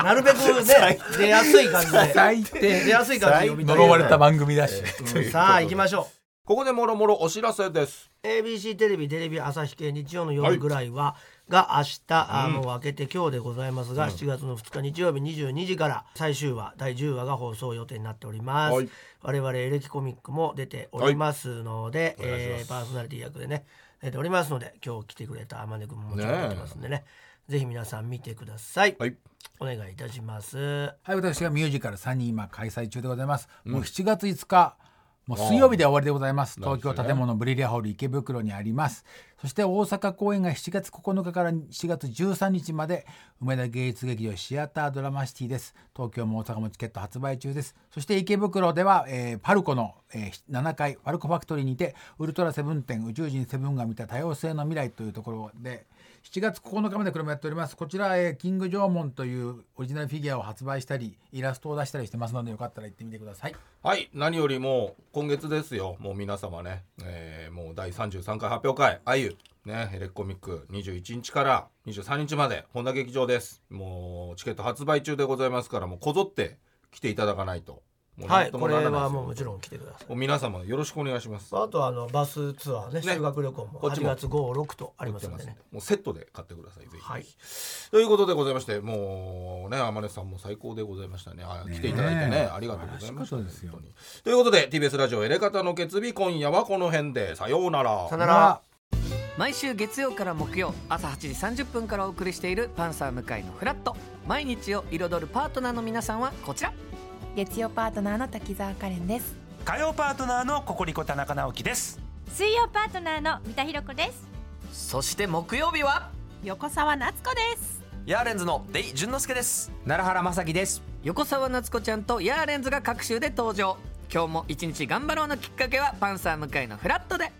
Speaker 1: うなるべ くね出やすい感じで
Speaker 3: 最
Speaker 1: 出
Speaker 3: 低
Speaker 1: やすい感じで呼びたい
Speaker 3: 呪われた番組だし
Speaker 1: さあ行きましょう
Speaker 2: ここでもろもろお知らせです
Speaker 1: ABC テレビテレビ朝日系日曜の夜ぐらいは、が明日、あもう明けて今日でございますが、7月の2日日曜日22時から最終話第10話が放送予定になっております、
Speaker 2: はい
Speaker 1: 我々エレキコミックも出ておりますので、えーパーソナリティ役でね出ておりますので今日来てくれた天音君ももちろん出てますんでねぜひ皆さん見てください、
Speaker 2: はい
Speaker 1: お願いいたします
Speaker 3: はい、私がミュージカルサニー今開催中でございます。もう7月5日、もう水曜日で終わりでございます。
Speaker 2: なるほ
Speaker 3: 東
Speaker 2: どね
Speaker 3: 京建物ブリリアホール池袋にあります。そして大阪公演が7月9日から7月13日まで、梅田芸術劇場シアタードラマシティです。東京も大阪もチケット発売中です。そして池袋では、えーパルコの、えー7階、パルコファクトリーにて、ウルトラセブン展宇宙人セブンが見た多様性の未来というところで、7月9日までこれもやっておりますこちら、えーキング・ジョーモンというオリジナルフィギュアを発売したりイラストを出したりしてますのでよかったら行ってみてください
Speaker 2: はい何よりも今月ですよもう皆様ね、えーもう第33回発表会あゆねエレコミック21日から23日まで本田劇場ですもうチケット発売中でございますからもうこぞって来ていただかないともう
Speaker 1: は
Speaker 2: なん
Speaker 1: い
Speaker 2: と
Speaker 1: こ
Speaker 2: も
Speaker 1: れ
Speaker 2: ならないですよ
Speaker 1: はもうもちろん来てください
Speaker 2: もう皆様よろしくお願いします
Speaker 1: あとはあのバスツアーね
Speaker 2: ね
Speaker 1: 修学旅行も
Speaker 2: こっち
Speaker 1: 8
Speaker 2: も
Speaker 1: 月56とあります
Speaker 2: 売
Speaker 1: の
Speaker 2: って
Speaker 1: でね
Speaker 2: もうセットで買ってくださいぜひ、
Speaker 1: はい
Speaker 2: ということでございましてもうね天音さんも最高でございましたねあ来ていただいてねありがとうございました
Speaker 3: 素晴らしかったですよ
Speaker 2: 本当にということで TBS ラジオ「エレカタの決日」今夜はこの辺でさようなら
Speaker 1: さよなら
Speaker 4: 毎週月曜から木曜朝8時30分からお送りしている「パンサー向井のフラット」毎日を彩るパートナーの皆さんはこちら
Speaker 5: 月曜パートナーの滝沢カレンです
Speaker 6: 火曜パートナーのココリコ田中直樹です
Speaker 7: 水曜パートナーの三田寛子です
Speaker 4: そして木曜日は
Speaker 7: 横澤夏子です
Speaker 8: ヤーレンズのデイ淳之介です奈良原まさきです
Speaker 4: 横澤夏子ちゃんとヤーレンズが各週で登場今日も一日頑張ろうのきっかけは「パンサー向井のフラット」で